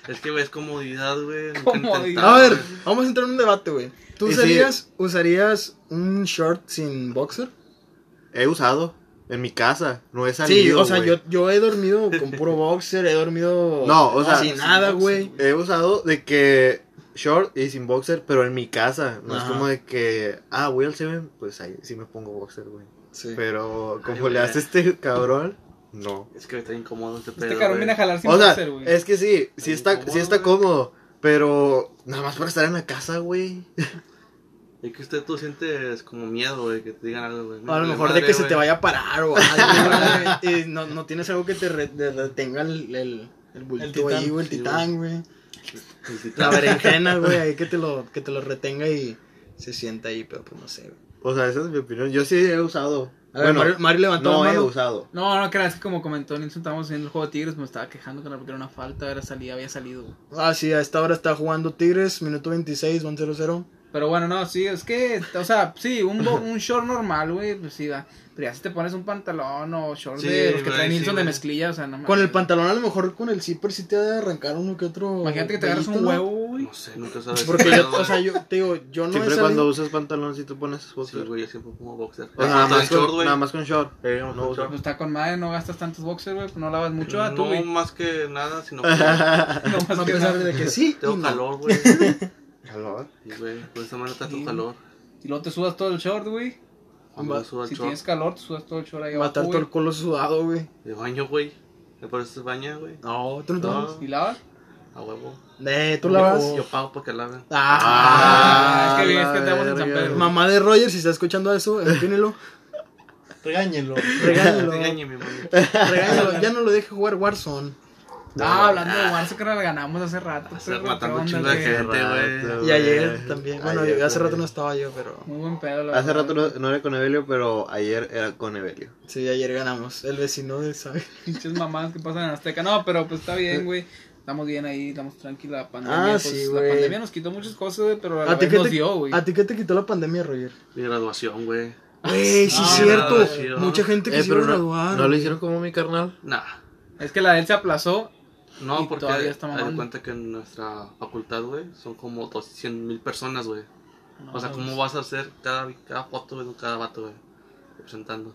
Speaker 2: Es que, güey, es comodidad, güey. Nunca
Speaker 3: Comodidad.
Speaker 2: intentado,
Speaker 5: A ver,
Speaker 2: güey.
Speaker 5: vamos a entrar en un debate, güey. ¿Tú
Speaker 1: Ah, Y sí.
Speaker 5: usarías, usarías un short sin boxer?
Speaker 1: He usado en mi casa, no he salido.
Speaker 5: Sí, o sea,
Speaker 1: güey.
Speaker 5: yo, yo he dormido con puro boxer, he dormido
Speaker 1: No, o sea,
Speaker 5: sin
Speaker 1: sin
Speaker 5: nada,
Speaker 1: boxer,
Speaker 5: güey.
Speaker 1: He usado de que short y sin boxer, pero en mi casa. No es
Speaker 5: Ajá.
Speaker 1: como de que, ah, voy al Seven, pues ahí sí me pongo boxer, güey.
Speaker 5: Sí.
Speaker 1: Pero
Speaker 2: Ay,
Speaker 1: como
Speaker 2: güey.
Speaker 1: le hace este cabrón, no.
Speaker 2: Es que está incómodo este pedo.
Speaker 3: Este cabrón
Speaker 2: güey.
Speaker 3: viene a jalar sin
Speaker 1: O sea,
Speaker 3: boxer, güey.
Speaker 1: es que sí, sí
Speaker 2: Ay,
Speaker 1: está,
Speaker 2: cómodo,
Speaker 1: sí está
Speaker 2: güey.
Speaker 1: cómodo, pero nada más para estar en la casa, güey.
Speaker 2: Es que usted tú sientes como miedo, güey, que te digan algo, güey.
Speaker 5: A lo
Speaker 2: Me
Speaker 5: mejor de
Speaker 2: madre,
Speaker 5: que se
Speaker 2: güey.
Speaker 5: te vaya a parar o algo, güey. Y no, no tienes algo que te re- te retenga el, el, el bulto
Speaker 4: titán,
Speaker 5: ahí, güey, el
Speaker 2: sí,
Speaker 5: titán, güey.
Speaker 2: Sí, sí,
Speaker 5: La berenjena, güey, ahí que te, lo, que te lo retenga y se sienta ahí, pero pues no sé, güey.
Speaker 1: O sea, esa es mi opinión. Yo sí he usado.
Speaker 5: A ver,
Speaker 1: Bueno,
Speaker 5: Mario, Mario levantó
Speaker 1: no
Speaker 5: la
Speaker 1: he
Speaker 5: mano.
Speaker 1: usado.
Speaker 3: No, no creas que como comentó Nilsson, estábamos en el juego de Tigres, me estaba quejando que era una falta, era salida, había salido. güey.
Speaker 5: Ah, sí, a esta hora está jugando Tigres, minuto 26, van 0-0.
Speaker 3: Pero bueno, no, sí, es que, o sea, sí, un, bo- un short normal, güey, pues sí, va. Pero ya si te pones un pantalón o short
Speaker 2: Sí,
Speaker 3: de los que
Speaker 2: güey,
Speaker 3: trae
Speaker 2: sí,
Speaker 3: Nilsson de
Speaker 2: güey.
Speaker 3: mezclilla, o sea, no
Speaker 5: Con el
Speaker 3: pantalón.
Speaker 5: pantalón, a lo mejor con el zipper sí te ha de arrancar uno que otro.
Speaker 3: Imagínate que te agarras
Speaker 5: pellito,
Speaker 3: un
Speaker 5: ¿no?
Speaker 3: huevo, güey.
Speaker 2: No sé, nunca sabes.
Speaker 5: Porque
Speaker 2: Pero,
Speaker 5: yo, o sea, yo te digo, yo
Speaker 1: Pues
Speaker 5: no
Speaker 1: Siempre
Speaker 5: he
Speaker 1: cuando
Speaker 5: salido.
Speaker 1: usas pantalón, si tú pones
Speaker 2: Sí,
Speaker 1: boxer.
Speaker 2: güey, yo siempre pongo boxer.
Speaker 1: o sea, nada
Speaker 2: Hasta
Speaker 1: más,
Speaker 2: en
Speaker 1: con,
Speaker 2: Ah, short, güey.
Speaker 1: nada más con short.
Speaker 2: Eh,
Speaker 1: No,
Speaker 2: con
Speaker 1: uso.
Speaker 2: short.
Speaker 3: Pues está con madre, no gastas tantos boxers, güey, pues no lavas mucho a tú,
Speaker 2: No,
Speaker 3: güey.
Speaker 2: más que nada, sino que
Speaker 3: No, más
Speaker 5: No, a
Speaker 3: que
Speaker 5: pesar
Speaker 3: nada.
Speaker 5: de que sí. y
Speaker 2: tengo
Speaker 5: no.
Speaker 2: calor, güey.
Speaker 1: Calor.
Speaker 2: Sí, güey, por esa manera
Speaker 3: Sí.
Speaker 2: tanto calor.
Speaker 3: Y luego te sudas todo el short, güey.
Speaker 2: Cuando me subo al
Speaker 3: Si
Speaker 2: short,
Speaker 3: tienes calor, te sudas todo el short ahí
Speaker 5: Matar
Speaker 3: abajo,
Speaker 5: todo el
Speaker 3: güey.
Speaker 5: culo sudado, güey.
Speaker 2: de baño, güey. Me parece baña, güey.
Speaker 5: No, tú no te
Speaker 2: No.
Speaker 5: vas.
Speaker 3: ¿Y lavas?
Speaker 2: A huevo.
Speaker 5: Eh, tú
Speaker 4: Yo-
Speaker 5: la vas.
Speaker 2: Yo pago para que laven.
Speaker 5: Ah,
Speaker 3: Ah, es que bien,
Speaker 1: la
Speaker 3: es que estamos en San
Speaker 1: verga.
Speaker 3: Pedro.
Speaker 5: Mamá de Roger, si está escuchando eso, empínelo.
Speaker 4: Regáñelo.
Speaker 5: Regáñalo.
Speaker 2: Regañe, mi mamá.
Speaker 5: regáñalo. Ya no lo deje jugar Warzone.
Speaker 3: Ah, hablando de Warzone, que la ganamos hace rato.
Speaker 2: Hace
Speaker 3: pero,
Speaker 2: rato,
Speaker 3: ¿qué
Speaker 2: un
Speaker 3: onda,
Speaker 2: chingo de
Speaker 3: güey?
Speaker 2: gente. güey.
Speaker 5: Y ayer también. Bueno,
Speaker 1: Ayer
Speaker 5: yo- hace rato
Speaker 1: también.
Speaker 5: no estaba yo, pero.
Speaker 3: Muy buen pedo, la
Speaker 1: Hace
Speaker 3: verdad.
Speaker 1: rato no, no era con Evelio, pero ayer era con Evelio.
Speaker 5: Sí, ayer ganamos. El vecino de Sabe.
Speaker 3: Pinches mamadas que pasan en Azteca. No, pero pues está bien, güey. Estamos bien ahí, estamos tranquilos. La
Speaker 5: Ah,
Speaker 3: pandemia, pues,
Speaker 5: sí,
Speaker 3: la
Speaker 5: güey.
Speaker 3: pandemia nos quitó muchas cosas, güey, pero a la
Speaker 5: ¿A ti,
Speaker 3: vez
Speaker 5: qué
Speaker 3: nos
Speaker 5: te,
Speaker 3: dio, güey.
Speaker 5: ¿A ti qué te quitó la pandemia, Roger?
Speaker 2: Mi graduación, güey.
Speaker 5: Güey, sí,
Speaker 4: Ah,
Speaker 5: es cierto.
Speaker 2: nada, chido.
Speaker 5: Mucha gente que
Speaker 1: Eh,
Speaker 5: se iba
Speaker 1: pero
Speaker 5: a
Speaker 1: no,
Speaker 5: graduar.
Speaker 1: no lo hicieron como mi carnal.
Speaker 2: Nah.
Speaker 3: Es que la de él se aplazó.
Speaker 2: No,
Speaker 3: Y
Speaker 2: porque
Speaker 3: todavía
Speaker 2: hay
Speaker 3: está mamando.
Speaker 2: cuenta que en nuestra facultad, güey, son como 200 mil personas, güey.
Speaker 3: No,
Speaker 2: O sea, ¿cómo vas a hacer cada, cada foto, güey, cada vato, güey? Representando.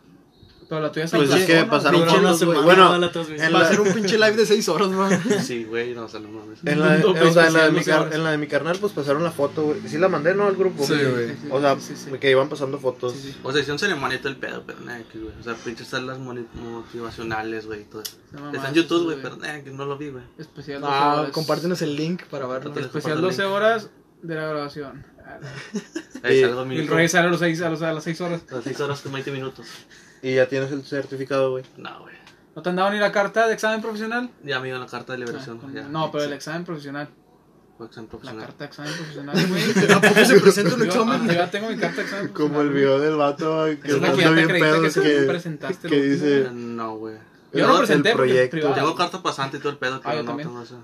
Speaker 3: Pero la tuya se
Speaker 1: Pues
Speaker 3: aplazó.
Speaker 1: es que
Speaker 3: ¿no?
Speaker 1: pasaron
Speaker 4: Pinche una
Speaker 1: unos,
Speaker 4: semana
Speaker 1: güey.
Speaker 4: va
Speaker 1: Bueno,
Speaker 4: la transmisión.
Speaker 1: en
Speaker 5: Va a
Speaker 1: la,
Speaker 5: ser un pinche live de 6 horas, man.
Speaker 2: Sí, güey, no, o sea, no mames.
Speaker 1: en la,
Speaker 4: No,
Speaker 1: o sea, en la de mi,
Speaker 4: especial,
Speaker 1: car-
Speaker 4: no
Speaker 1: en la de mi carnal, pues pasaron la foto, güey. Sí la mandé, ¿no? Al grupo.
Speaker 5: Sí, güey.
Speaker 1: O sea,
Speaker 3: Sí, sí, sí.
Speaker 1: que iban pasando fotos.
Speaker 3: Sí, sí.
Speaker 2: O sea, hicieron ceremonia y todo el pedo, pero nada, que, güey. O sea, pinches salas moni- motivacionales, güey, y todo eso.
Speaker 3: No mames,
Speaker 2: Está en YouTube, güey,
Speaker 3: güey.
Speaker 2: pero nada, que no lo vi, güey.
Speaker 3: Especial 12
Speaker 5: Ah,
Speaker 3: horas.
Speaker 5: compártenos el link para verlo. Este,
Speaker 2: Te lo-
Speaker 3: Especial
Speaker 2: Compártelo.
Speaker 3: 12 horas de la grabación.
Speaker 2: Ahí
Speaker 1: Sí.
Speaker 2: salgo
Speaker 3: Y
Speaker 2: mi
Speaker 3: el rey sale a, los seis, a, los, a las 6 horas.
Speaker 2: Las 6 horas con 20 minutos.
Speaker 1: Y ya tienes el certificado, güey.
Speaker 2: No, güey.
Speaker 3: ¿No te han dado ni la carta de examen profesional?
Speaker 2: Ya me dio la carta de liberación.
Speaker 3: Ah,
Speaker 2: ya.
Speaker 3: no, pero el
Speaker 2: Sí,
Speaker 3: examen profesional.
Speaker 2: fue examen
Speaker 3: La
Speaker 2: profesional.
Speaker 3: carta de examen profesional, güey.
Speaker 5: Tampoco se presenta un
Speaker 3: Yo,
Speaker 5: examen.
Speaker 3: yo ya tengo mi carta de examen
Speaker 1: Como el
Speaker 3: profesional,
Speaker 1: video del vato que
Speaker 3: Es la
Speaker 1: anda
Speaker 3: que ya te
Speaker 1: bien
Speaker 3: acredita
Speaker 1: pedo,
Speaker 3: que,
Speaker 1: que-
Speaker 3: tú presentaste.
Speaker 1: que
Speaker 3: lo último.
Speaker 1: dice-
Speaker 2: Eh, No, güey.
Speaker 3: Yo no
Speaker 1: el
Speaker 3: presenté porque
Speaker 1: proyecto.
Speaker 3: privado.
Speaker 2: Tengo carta pasante y todo el pedo,
Speaker 3: Ah,
Speaker 2: pero
Speaker 3: yo
Speaker 2: no
Speaker 3: también.
Speaker 2: tengo eso.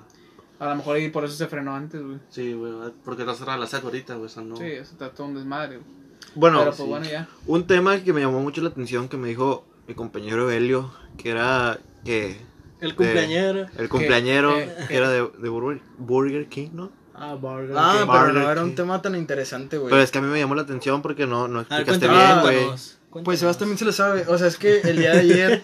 Speaker 3: A lo mejor ahí por eso se frenó antes, güey.
Speaker 2: Sí, güey, porque está cerrada la SAT ahorita, güey, o sea, no.
Speaker 3: Sí, eso está todo un desmadre, güey.
Speaker 1: Bueno,
Speaker 3: Pero pues
Speaker 1: sí.
Speaker 3: bueno, ya.
Speaker 1: un tema que me llamó mucho la atención que me dijo mi compañero Helio, que era que
Speaker 4: El cumpleañero.
Speaker 1: el cumpleañero
Speaker 3: eh,
Speaker 1: que era de, de Burger, Burger King, ¿no?
Speaker 4: Ah, Burger
Speaker 5: Ah,
Speaker 4: King.
Speaker 5: pero no
Speaker 1: Barber
Speaker 5: era un
Speaker 1: King.
Speaker 5: tema tan interesante, güey.
Speaker 1: Pero es que a mí me llamó la atención porque no, no
Speaker 4: A ver,
Speaker 1: explicaste bien,
Speaker 4: cuéntanos,
Speaker 1: güey.
Speaker 4: cuéntanos.
Speaker 5: Pues Sebas también se lo sabe. O sea, es que el día de ayer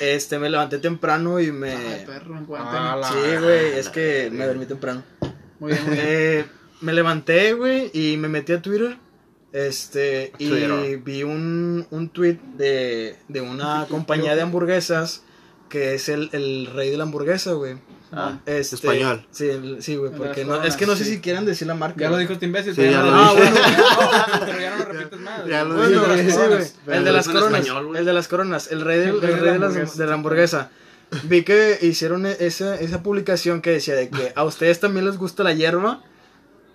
Speaker 5: este, me levanté temprano y me.
Speaker 3: Ay, perro, en
Speaker 5: Ah,
Speaker 3: cuarentena.
Speaker 5: Sí, güey, es que me dormí temprano.
Speaker 3: Muy bien, muy bien.
Speaker 5: Eh, me levanté, güey, y me metí a Twitter. Este, y
Speaker 1: Twitter.
Speaker 5: vi un, un tweet de, de una compañía de hamburguesas que es el, el rey de la hamburguesa, güey.
Speaker 1: Ah,
Speaker 5: Este,
Speaker 1: Español.
Speaker 5: Sí, el- sí, güey,
Speaker 3: Las
Speaker 5: porque no,
Speaker 3: coronas,
Speaker 5: es que no sé
Speaker 3: sí.
Speaker 5: si quieren decir la marca.
Speaker 3: Ya lo
Speaker 5: güey.
Speaker 3: dijo este imbécil.
Speaker 1: Sí,
Speaker 3: pero
Speaker 1: ya
Speaker 3: no-
Speaker 1: lo
Speaker 3: Ah,
Speaker 1: dije.
Speaker 3: bueno. Pero ya no lo repites más.
Speaker 1: Ya lo
Speaker 3: güey.
Speaker 1: dije.
Speaker 5: Bueno,
Speaker 1: Sí,
Speaker 5: sí,
Speaker 3: coronas.
Speaker 5: güey. El de las
Speaker 2: Pero es en
Speaker 5: coronas.
Speaker 2: español, güey.
Speaker 5: el de las coronas. El rey, del-
Speaker 3: El rey
Speaker 5: el
Speaker 3: de
Speaker 5: rey de,
Speaker 3: la
Speaker 5: las-
Speaker 3: hamburguesa.
Speaker 5: de la hamburguesa. Vi que hicieron e- esa, esa publicación que decía de que a ustedes también les gusta la hierba.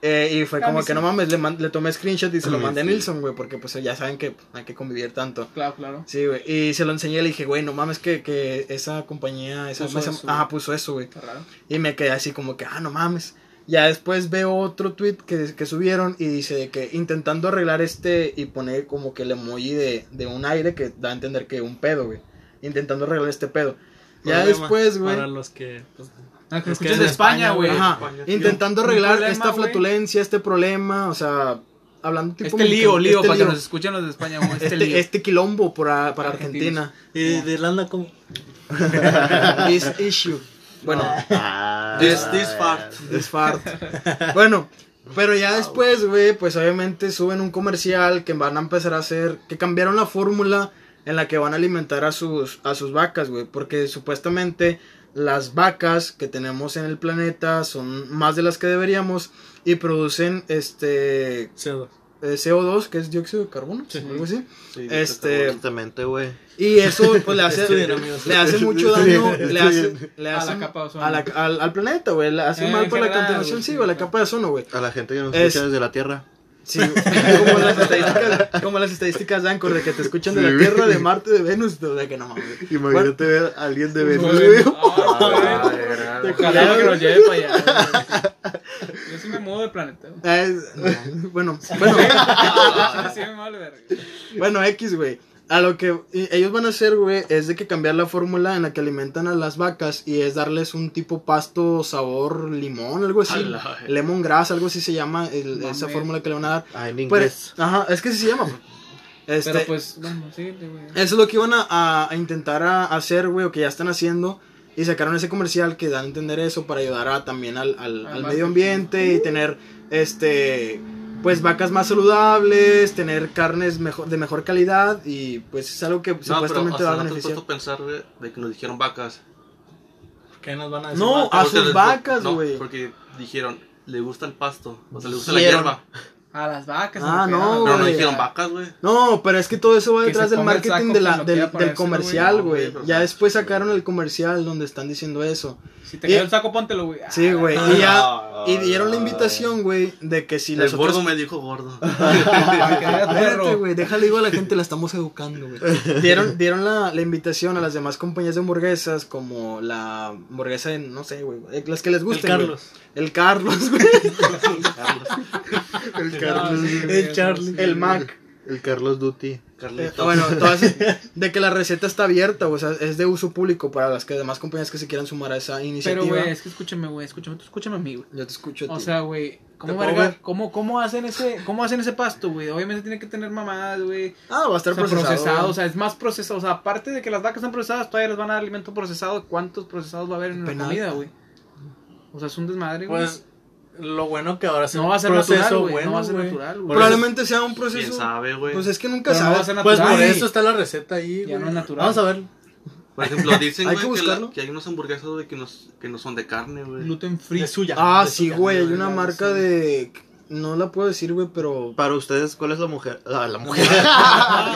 Speaker 5: eh, y fue
Speaker 3: A mí
Speaker 5: como que
Speaker 3: sí.
Speaker 5: no mames, le, man- le tomé screenshot y se
Speaker 1: A
Speaker 5: lo
Speaker 2: Mm,
Speaker 1: mí
Speaker 5: mandé a
Speaker 1: sí.
Speaker 5: Nilsson, güey, porque pues ya saben que hay que convivir tanto.
Speaker 3: Claro, claro.
Speaker 5: Sí, güey. Y se lo enseñé y le dije, güey, no mames que, que esa compañía, esa,
Speaker 3: Puso
Speaker 5: esa-
Speaker 3: eso,
Speaker 5: ajá,
Speaker 3: güey.
Speaker 5: puso eso, güey.
Speaker 3: Está raro.
Speaker 5: Y me quedé así como que, ah, no mames. Ya después veo otro tweet que, que subieron y dice de que intentando arreglar este y poner como que el emoji de, de un aire que da a entender que un pedo, güey. Intentando arreglar este pedo. Ya
Speaker 4: Problema
Speaker 5: después, güey.
Speaker 4: Para los que. pues,
Speaker 3: Ah, que
Speaker 4: Es que
Speaker 3: escuchas
Speaker 4: es
Speaker 3: de
Speaker 4: de
Speaker 3: España,
Speaker 4: España,
Speaker 3: güey.
Speaker 5: Ajá.
Speaker 2: España.
Speaker 5: Intentando
Speaker 3: Un
Speaker 5: arreglar
Speaker 3: problema,
Speaker 5: esta
Speaker 3: güey.
Speaker 5: flatulencia, este problema, o sea, hablando tipo.
Speaker 3: Este lío,
Speaker 5: mexicano-
Speaker 3: lío,
Speaker 5: este
Speaker 3: para que
Speaker 5: lío.
Speaker 3: nos escuchen los de España, güey. Este
Speaker 5: Este,
Speaker 3: lío.
Speaker 5: este quilombo por a- para
Speaker 3: Argentinos.
Speaker 5: Argentina.
Speaker 4: y de Irlanda, como.
Speaker 5: This issue. Bueno,
Speaker 1: Ah,
Speaker 2: This- this part.
Speaker 5: This fart. bueno, pero ya después, güey, pues obviamente suben un comercial que van a empezar a hacer, que cambiaron la fórmula en la que van a alimentar a sus, a sus vacas, güey, porque supuestamente las vacas que tenemos en el planeta son más de las que deberíamos y producen, este,
Speaker 4: CO2.
Speaker 5: eh, CO2, que es dióxido de carbono, algo así.
Speaker 2: Sí,
Speaker 5: este,
Speaker 1: Exactamente, güey.
Speaker 5: y eso pues le hace,
Speaker 4: Estudien, amigos.
Speaker 5: le hace mucho
Speaker 1: Estudien,
Speaker 5: daño le hace,
Speaker 1: estudien.
Speaker 5: le
Speaker 3: A la
Speaker 5: hace
Speaker 3: capa de ozono.
Speaker 5: a la- al, al planeta, güey. Le hace
Speaker 3: Eh,
Speaker 5: mal
Speaker 3: en
Speaker 5: para la
Speaker 3: general,
Speaker 5: contaminación,
Speaker 3: güey,
Speaker 5: sí,
Speaker 3: sí,
Speaker 5: güey, la
Speaker 3: claro.
Speaker 5: capa de ozono, güey.
Speaker 1: A la gente que nos
Speaker 5: Es-
Speaker 1: escucha desde la Tierra.
Speaker 5: Sí, güey. como las estadísticas, como las estadísticas de Anchor, de que te escuchan de
Speaker 1: Sí,
Speaker 5: la
Speaker 1: güey.
Speaker 5: Tierra, de Marte, de Venus, de- de que no mames. güey.
Speaker 1: Imagínate ver a alguien de Venus,
Speaker 3: Güey,
Speaker 1: güey.
Speaker 3: ah, güey. Ojalá que lo lleve para allá. güey. Yo sí me muevo de planeta. güey.
Speaker 5: Ah, es- bueno, bueno,
Speaker 3: Ah, sí me vale verga.
Speaker 5: bueno, X, güey. A lo que y- ellos van a hacer, güey, es de que cambiar la fórmula en la que alimentan a las vacas y es darles un tipo pasto sabor limón, algo así. Lemon grass, algo así se llama el-
Speaker 3: Mames.
Speaker 5: esa fórmula que le van a dar.
Speaker 1: Ah, en
Speaker 5: Pero-
Speaker 1: inglés.
Speaker 5: ajá, es que así se llama. güey. Este, eh,
Speaker 3: Pero pues, bueno, sí, güey.
Speaker 5: Eso es lo que iban a- a, a intentar a- hacer, güey, o que ya están haciendo. Y sacaron ese comercial que da a entender eso para ayudar a, también al, al-
Speaker 3: Al
Speaker 5: al
Speaker 3: marketing.
Speaker 5: medio ambiente y tener, este, pues vacas más saludables, tener carnes mejor, de mejor calidad y pues es algo que
Speaker 2: No, pero
Speaker 5: supuestamente
Speaker 2: hasta
Speaker 5: va a
Speaker 2: no te has
Speaker 5: beneficiar.
Speaker 2: puesto a pensar, güey, de que nos dijeron vacas.
Speaker 4: ¿Qué nos van a decir? Ah,
Speaker 5: No,
Speaker 2: ah,
Speaker 4: vaca?
Speaker 5: a sus
Speaker 2: les-
Speaker 5: Ah, vacas,
Speaker 2: no,
Speaker 5: güey.
Speaker 2: porque dijeron, le gusta el pasto, o sea, le gusta
Speaker 1: Dijeron.
Speaker 2: la hierba.
Speaker 3: A las vacas.
Speaker 5: Ah,
Speaker 3: a lo que
Speaker 5: no,
Speaker 3: era,
Speaker 2: Pero no
Speaker 5: güey.
Speaker 2: dijeron vacas, güey.
Speaker 5: No, pero es que todo eso va
Speaker 3: Que
Speaker 5: detrás
Speaker 3: se
Speaker 5: del
Speaker 3: ponga el
Speaker 5: marketing
Speaker 3: saco
Speaker 5: de
Speaker 3: con
Speaker 5: la-
Speaker 3: lo que
Speaker 5: del,
Speaker 3: aparece,
Speaker 5: del
Speaker 3: güey.
Speaker 5: comercial,
Speaker 2: No, güey,
Speaker 5: güey.
Speaker 2: pero-
Speaker 5: Ya después sacaron el comercial donde están diciendo eso.
Speaker 3: Si te cae
Speaker 5: Y-
Speaker 3: el saco, póntelo, güey.
Speaker 5: Eh, Sí, güey.
Speaker 2: Ah,
Speaker 5: Y ya...
Speaker 2: ah,
Speaker 5: Y dieron la
Speaker 2: ah,
Speaker 5: invitación, güey, de que si
Speaker 2: El
Speaker 5: las otras Ah,
Speaker 2: gordo me dijo gordo.
Speaker 3: Para que veas,
Speaker 5: Espérate,
Speaker 3: Ah, perro.
Speaker 5: güey, déjale digo a la gente, la estamos educando, güey. Dieron, dieron la, la invitación a las demás compañías de hamburguesas, como la hamburguesa de, no sé, güey, eh, las que les
Speaker 4: El
Speaker 5: gusten. güey.
Speaker 4: Carlos.
Speaker 5: El Carlos, güey.
Speaker 1: El
Speaker 3: No, sí,
Speaker 1: Carlos.
Speaker 3: güey,
Speaker 4: el
Speaker 3: eso
Speaker 4: Charlie.
Speaker 3: sí.
Speaker 5: El Mac.
Speaker 1: El Carlos Duty.
Speaker 5: Eh,
Speaker 2: Carlitos.
Speaker 5: bueno, todas, de que la receta está abierta, o sea, es de uso público para las que demás compañías que se quieran sumar a esa
Speaker 3: Pero,
Speaker 5: iniciativa.
Speaker 3: güey, es que escúchame, güey. Escúchame, tú escúchame a mí, güey.
Speaker 5: Yo te escucho a ti.
Speaker 3: O sea, güey, ¿cómo,
Speaker 5: ¿Te puedo
Speaker 3: verga-
Speaker 5: ver?
Speaker 3: ¿cómo, ¿cómo hacen ese cómo hacen ese pasto, güey? Obviamente tiene que tener mamadas, güey.
Speaker 5: ah, va a estar
Speaker 3: O sea, procesado,
Speaker 5: procesado.
Speaker 3: o sea, es más procesado. O sea, aparte de que las vacas están procesadas, todavía les van a dar alimento procesado. ¿Cuántos procesados va a haber en la
Speaker 5: Penal.
Speaker 3: comida, güey? O sea, es un desmadre, güey.
Speaker 4: Pues lo bueno que ahora es
Speaker 3: No
Speaker 4: un
Speaker 3: va a ser
Speaker 4: proceso
Speaker 3: natural, güey,
Speaker 4: bueno,
Speaker 3: no va a ser
Speaker 4: güey.
Speaker 3: natural, güey.
Speaker 4: Por eso-
Speaker 5: Probablemente sea un
Speaker 2: ¿Quién
Speaker 5: proceso.
Speaker 2: sabe, güey?
Speaker 5: Pues es que nunca
Speaker 3: Pero no va a
Speaker 5: sabes.
Speaker 3: ser
Speaker 4: Pues
Speaker 3: natural.
Speaker 4: por
Speaker 3: güey.
Speaker 4: eso está la receta ahí,
Speaker 3: Ya
Speaker 4: güey.
Speaker 3: no es natural.
Speaker 4: Vamos a ver.
Speaker 2: Por ejemplo, dicen,
Speaker 5: Hay
Speaker 2: güey,
Speaker 5: que
Speaker 2: que, la-
Speaker 5: buscarlo.
Speaker 2: que hay unos hamburguesas, güey, que, nos, que no son de carne, güey.
Speaker 3: Gluten free.
Speaker 4: Es suya.
Speaker 5: ah,
Speaker 4: Es
Speaker 5: sí,
Speaker 4: suya,
Speaker 5: güey, hay
Speaker 4: ya,
Speaker 5: una
Speaker 4: ya,
Speaker 5: marca
Speaker 4: sí.
Speaker 5: de. No la puedo decir, güey, pero.
Speaker 1: Para ustedes, ¿cuál es la mujer? Ah, la mujer.
Speaker 5: Ah,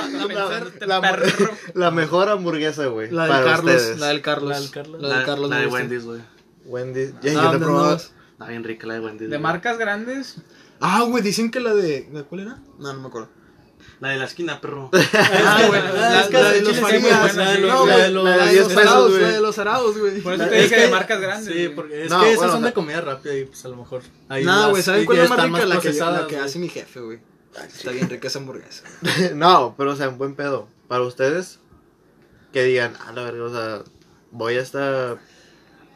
Speaker 3: La, perro.
Speaker 1: La mejor hamburguesa, güey.
Speaker 5: La del
Speaker 1: para
Speaker 5: Carlos,
Speaker 1: ustedes.
Speaker 5: la del Carlos.
Speaker 4: La del Carlos.
Speaker 5: La del Carlos.
Speaker 2: La
Speaker 5: me
Speaker 2: de
Speaker 5: gusta.
Speaker 2: Wendy's, güey.
Speaker 1: Wendy. Ya, yo
Speaker 5: Ah,
Speaker 1: la he
Speaker 5: no,
Speaker 1: probado.
Speaker 5: no.
Speaker 2: Está bien rica la de Wendy's.
Speaker 3: De
Speaker 2: güey.
Speaker 3: marcas grandes.
Speaker 5: Ah, güey, dicen que la de. ¿de ¿Cuál era? No, no me acuerdo.
Speaker 2: La de la esquina, perro.
Speaker 5: Ah,
Speaker 3: güey, la-
Speaker 5: es
Speaker 3: la
Speaker 5: la
Speaker 3: de
Speaker 5: de los
Speaker 3: Chile está muy
Speaker 5: Farías.
Speaker 3: buena, sí,
Speaker 5: No,
Speaker 3: la
Speaker 5: güey,
Speaker 4: de los-
Speaker 5: la de los
Speaker 1: pesos,
Speaker 5: arados,
Speaker 1: güey.
Speaker 5: la de los arados, güey.
Speaker 3: Por eso
Speaker 5: La-
Speaker 3: te
Speaker 5: es
Speaker 3: dije
Speaker 5: que-
Speaker 3: de marcas grandes.
Speaker 4: Sí,
Speaker 3: güey.
Speaker 4: porque es
Speaker 1: No,
Speaker 4: que esas
Speaker 1: bueno,
Speaker 4: son
Speaker 1: la-
Speaker 4: de comida rápida y pues a lo mejor. ahí
Speaker 5: Nah,
Speaker 4: las-
Speaker 5: güey, ¿saben
Speaker 4: y
Speaker 5: cuál
Speaker 4: ya
Speaker 5: es la más
Speaker 4: están
Speaker 5: rica? La que,
Speaker 4: procesadas,
Speaker 5: la que
Speaker 4: güey.
Speaker 5: hace mi jefe, güey. Está bien rica esa hamburguesa.
Speaker 1: no, pero o sea, en buen pedo. Para ustedes, que digan, ah, la verga, o sea, voy a esta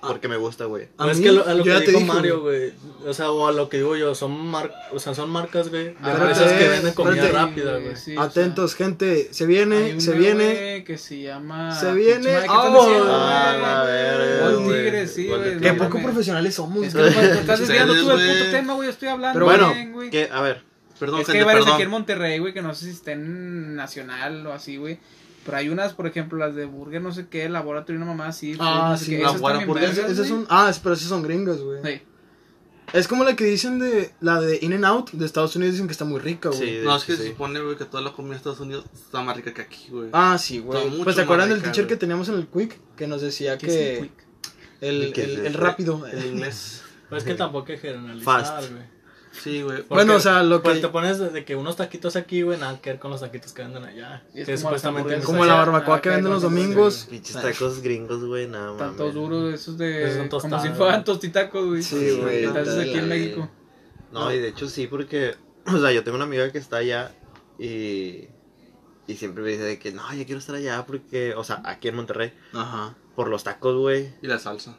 Speaker 1: porque me gusta, güey.
Speaker 5: A
Speaker 4: No, es
Speaker 5: mí,
Speaker 4: que a lo, a lo
Speaker 5: yo
Speaker 4: que
Speaker 5: ya te
Speaker 4: dijo
Speaker 5: dije,
Speaker 4: Mario, güey. O sea, o a lo que digo yo, son, mar o sea, son marcas, güey. De
Speaker 3: Ah,
Speaker 4: empresas que
Speaker 5: espérate,
Speaker 4: venden comida
Speaker 5: espérate.
Speaker 4: rápida, güey.
Speaker 3: Sí, o
Speaker 5: Atentos, gente. Se
Speaker 3: sea, hay
Speaker 5: viene,
Speaker 3: una,
Speaker 5: se viene.
Speaker 3: güey, Que se llama.
Speaker 5: Se viene.
Speaker 3: Pinche madre, ¿qué
Speaker 5: Ah,
Speaker 3: están diciendo,
Speaker 5: güey.
Speaker 1: Ah,
Speaker 3: güey?
Speaker 1: la verga,
Speaker 3: Gol
Speaker 1: güey.
Speaker 3: Tigres, sí,
Speaker 1: Gol de
Speaker 3: güey.
Speaker 1: Tigres.
Speaker 5: Qué
Speaker 3: no
Speaker 5: poco
Speaker 3: mames.
Speaker 5: profesionales somos,
Speaker 3: Es que
Speaker 5: güey.
Speaker 3: pues, te estás desviando tú del
Speaker 2: Ustedes,
Speaker 3: puto
Speaker 2: güey.
Speaker 3: tema, güey. yo Estoy hablando.
Speaker 1: Pero bueno,
Speaker 3: bien, güey.
Speaker 1: que, a ver,
Speaker 2: Perdón,
Speaker 3: es que hay
Speaker 2: gente,
Speaker 3: varias
Speaker 2: perdón.
Speaker 3: aquí en Monterrey, güey, que no sé si estén nacional o así, güey. Pero hay unas, por ejemplo, las de burger, no sé qué, laboratorio, una mamá así.
Speaker 5: Ah,
Speaker 3: no sé
Speaker 5: sí,
Speaker 3: qué,
Speaker 5: la
Speaker 3: esas
Speaker 2: buena
Speaker 3: también
Speaker 2: hamburguesa,
Speaker 5: Esas-
Speaker 3: vergas,
Speaker 5: esas
Speaker 3: güey.
Speaker 5: son, ah, es- pero esas son gringas, güey.
Speaker 3: Sí.
Speaker 5: Es como la que dicen de la de In and Out de Estados Unidos dicen que está muy rica, güey.
Speaker 1: Sí.
Speaker 2: No, es que se
Speaker 1: Sí.
Speaker 2: supone, güey, que toda la comida de Estados Unidos está más rica que aquí, güey.
Speaker 5: Ah, sí,
Speaker 2: Está
Speaker 5: güey.
Speaker 2: mucho
Speaker 5: Pues se
Speaker 2: más
Speaker 5: acuerdan del
Speaker 2: rica,
Speaker 5: teacher
Speaker 2: güey.
Speaker 5: que teníamos en el Quick que nos decía
Speaker 3: ¿Qué es el
Speaker 5: que
Speaker 3: quick?
Speaker 5: el,
Speaker 1: ¿Qué es
Speaker 5: el-
Speaker 1: el
Speaker 5: el
Speaker 1: quick?
Speaker 5: rápido.
Speaker 2: En inglés.
Speaker 4: Pues es que tampoco hay que generalizar,
Speaker 1: Fast.
Speaker 4: güey.
Speaker 2: Sí, güey.
Speaker 5: Bueno,
Speaker 4: Porque,
Speaker 5: o sea, lo
Speaker 4: pues,
Speaker 5: que-
Speaker 4: te pones de de que unos taquitos aquí, güey, nada que ver con los taquitos que venden allá.
Speaker 3: Y es como
Speaker 4: que
Speaker 3: las
Speaker 4: supuestamente
Speaker 3: hamburguesas.
Speaker 5: Como la
Speaker 3: barba-
Speaker 5: barbacoa
Speaker 3: Ah,
Speaker 5: que
Speaker 3: ok,
Speaker 5: venden los
Speaker 3: con-
Speaker 5: domingos.
Speaker 1: pinches tacos gringos, güey, nada más.
Speaker 3: Tantos duros, esos
Speaker 4: Esos
Speaker 3: de.
Speaker 4: son
Speaker 3: Como si
Speaker 4: tostadas.
Speaker 3: fueran tostitacos, güey.
Speaker 5: Sí, güey.
Speaker 3: Entonces aquí en México.
Speaker 1: No, y de hecho sí, porque, o sea, yo tengo una amiga que está allá y, y siempre me dice de que, no, yo quiero estar allá porque, o sea, aquí en Monterrey,
Speaker 5: Ajá.
Speaker 1: por los tacos, güey.
Speaker 2: Y la salsa.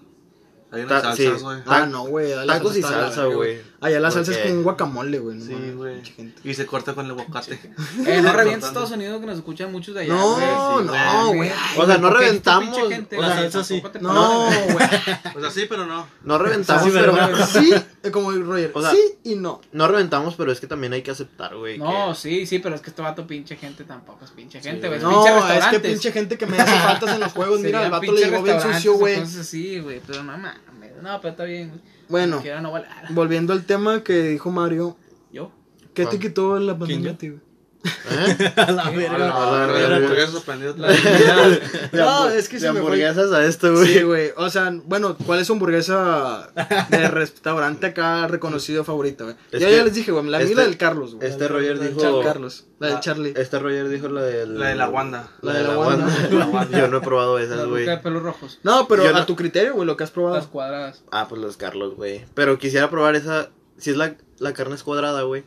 Speaker 2: Hay
Speaker 1: Ta-
Speaker 2: unas
Speaker 1: sí.
Speaker 2: salsas, güey.
Speaker 5: Ah,
Speaker 1: Tac-
Speaker 5: no, güey. la
Speaker 1: Tacos y
Speaker 5: está de la
Speaker 1: salsa,
Speaker 5: verga,
Speaker 1: güey.
Speaker 5: Allá la salsa
Speaker 1: Porque-
Speaker 5: es como un guacamole, güey. no
Speaker 2: Sí,
Speaker 5: mames,
Speaker 2: güey.
Speaker 5: mucha gente.
Speaker 2: Y se corta con el aguacate.
Speaker 3: Eh, no revientes Estados Unidos que nos escuchan muchos de allá.
Speaker 5: No,
Speaker 3: güey.
Speaker 5: no,
Speaker 3: güey.
Speaker 5: güey.
Speaker 1: O sea, no
Speaker 3: Porque
Speaker 1: reventamos.
Speaker 3: esta pinche gente,
Speaker 1: O
Speaker 3: güey,
Speaker 1: sea,
Speaker 4: eso sí.
Speaker 3: tampoco te
Speaker 5: No,
Speaker 3: pases.
Speaker 5: güey.
Speaker 2: O sea, sí, pero no.
Speaker 1: No reventamos,
Speaker 4: Sí,
Speaker 1: pero...
Speaker 4: ¿verdad?
Speaker 5: Sí, eh, como Roger.
Speaker 1: O sea-
Speaker 5: sí y no.
Speaker 1: No reventamos, pero es que también hay que aceptar, güey.
Speaker 3: No,
Speaker 1: que-
Speaker 3: sí, sí, pero es que este vato pinche gente tampoco es pinche gente, güey. es
Speaker 5: No,
Speaker 3: Pues pinche
Speaker 5: es que
Speaker 3: restaurantes.
Speaker 5: pinche gente que me hace faltas en los juegos. Mira,
Speaker 3: Serían
Speaker 5: el vato le
Speaker 3: pinches
Speaker 5: llegó bien
Speaker 3: restaurantes
Speaker 5: sucio,
Speaker 3: o
Speaker 5: güey.
Speaker 3: cosas así, güey, pero no mames. No, pero está bien. güey.
Speaker 5: Bueno,
Speaker 3: Como quiera, no vale. ah,
Speaker 5: volviendo al tema que dijo Mario,
Speaker 3: Yo.
Speaker 5: ¿Qué te
Speaker 2: ¿Cuál?
Speaker 5: quitó la pandemia,
Speaker 4: ¿Quién, yo?
Speaker 5: tío?
Speaker 1: ¿Eh?
Speaker 4: A la
Speaker 1: A
Speaker 4: verga.
Speaker 1: la verga,
Speaker 2: Pero
Speaker 1: güey.
Speaker 2: ¿por qué sorprendido otra vez?
Speaker 1: De
Speaker 5: No,
Speaker 1: hamburg-
Speaker 5: es que
Speaker 1: de
Speaker 5: se me fue.
Speaker 1: hamburguesas a esto, güey.
Speaker 5: Sí, güey. O sea, bueno, ¿cuál es su hamburguesa de restaurante acá reconocido favorito, güey?
Speaker 1: Es
Speaker 5: Yo
Speaker 1: que-
Speaker 5: ya les dije, güey, la
Speaker 1: este-
Speaker 5: mía y la del Carlos, güey.
Speaker 1: Este Roger
Speaker 5: La del
Speaker 1: dijo.
Speaker 5: Char- Carlos. La del
Speaker 2: Ah.
Speaker 5: Charlie.
Speaker 1: Este Roger dijo la del.
Speaker 2: La de la Wanda.
Speaker 5: La de la Wanda.
Speaker 2: La Wanda.
Speaker 1: Yo no he probado esas,
Speaker 3: La
Speaker 1: güey.
Speaker 3: boca de pelos rojos.
Speaker 5: No, pero
Speaker 1: Yo
Speaker 5: a
Speaker 1: no-
Speaker 5: tu criterio, güey, lo que has
Speaker 3: Las
Speaker 5: probado.
Speaker 3: cuadradas.
Speaker 1: Ah, pues los Carlos, güey. Pero quisiera probar esa. Si es la, la carne es cuadrada, güey.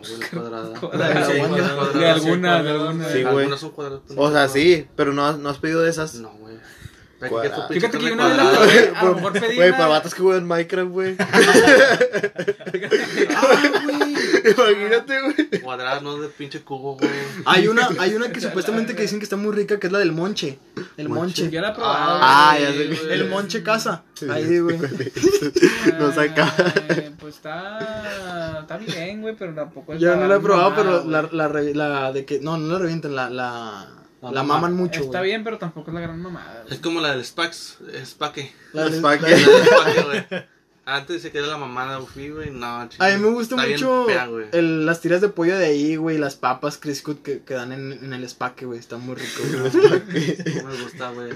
Speaker 2: Huele cuadrada.
Speaker 5: La de la
Speaker 2: Sí,
Speaker 5: Wanda.
Speaker 2: huele cuadrada.
Speaker 3: De alguna, de alguna.
Speaker 1: Sí, güey.
Speaker 2: Algunas son cuadradas.
Speaker 1: O sea, sí, pero no, has- no has pedido de esas.
Speaker 2: No, güey.
Speaker 1: Cuadrada.
Speaker 3: Fíjate que yo una vez la
Speaker 2: cuadrada.
Speaker 3: probé, a lo mejor pedí
Speaker 1: Güey,
Speaker 3: una-
Speaker 1: para vatos que juegan Minecraft, güey. Imagínate, güey.
Speaker 2: Cuadradas, no de pinche cubo, güey.
Speaker 5: Hay una, hay una que supuestamente que dicen que está muy rica, que es la del Monche. El Monche.
Speaker 3: Yo la he probado.
Speaker 1: Ah, ya
Speaker 2: güey.
Speaker 1: sé. güey.
Speaker 5: El Monche Casa. Ahí, güey.
Speaker 1: No saca.
Speaker 3: Eh, Pues está. Está bien, güey, pero tampoco es.
Speaker 5: Yo no la he probado,
Speaker 3: mamada,
Speaker 5: pero
Speaker 3: güey.
Speaker 5: la, la, re- la de que. No, no la revientan, la, la,
Speaker 4: La
Speaker 5: la
Speaker 4: maman.
Speaker 5: maman mucho,
Speaker 3: Está
Speaker 5: güey.
Speaker 3: bien, pero tampoco es la gran mamada. güey.
Speaker 2: Es como la del Spax. Spaque.
Speaker 5: La-
Speaker 1: Los
Speaker 5: la-
Speaker 2: La
Speaker 1: paquetes.
Speaker 2: del Spaque, güey. Antes se quedó la mamada, fui, güey. No, chico.
Speaker 5: A mí me gusta
Speaker 2: Está bien
Speaker 5: mucho
Speaker 2: fea, güey.
Speaker 5: el- las tiras de pollo de ahí, güey, las papas Criscut que, que dan en, en el espaque, güey, está muy rico. güey.
Speaker 2: No me gusta, güey.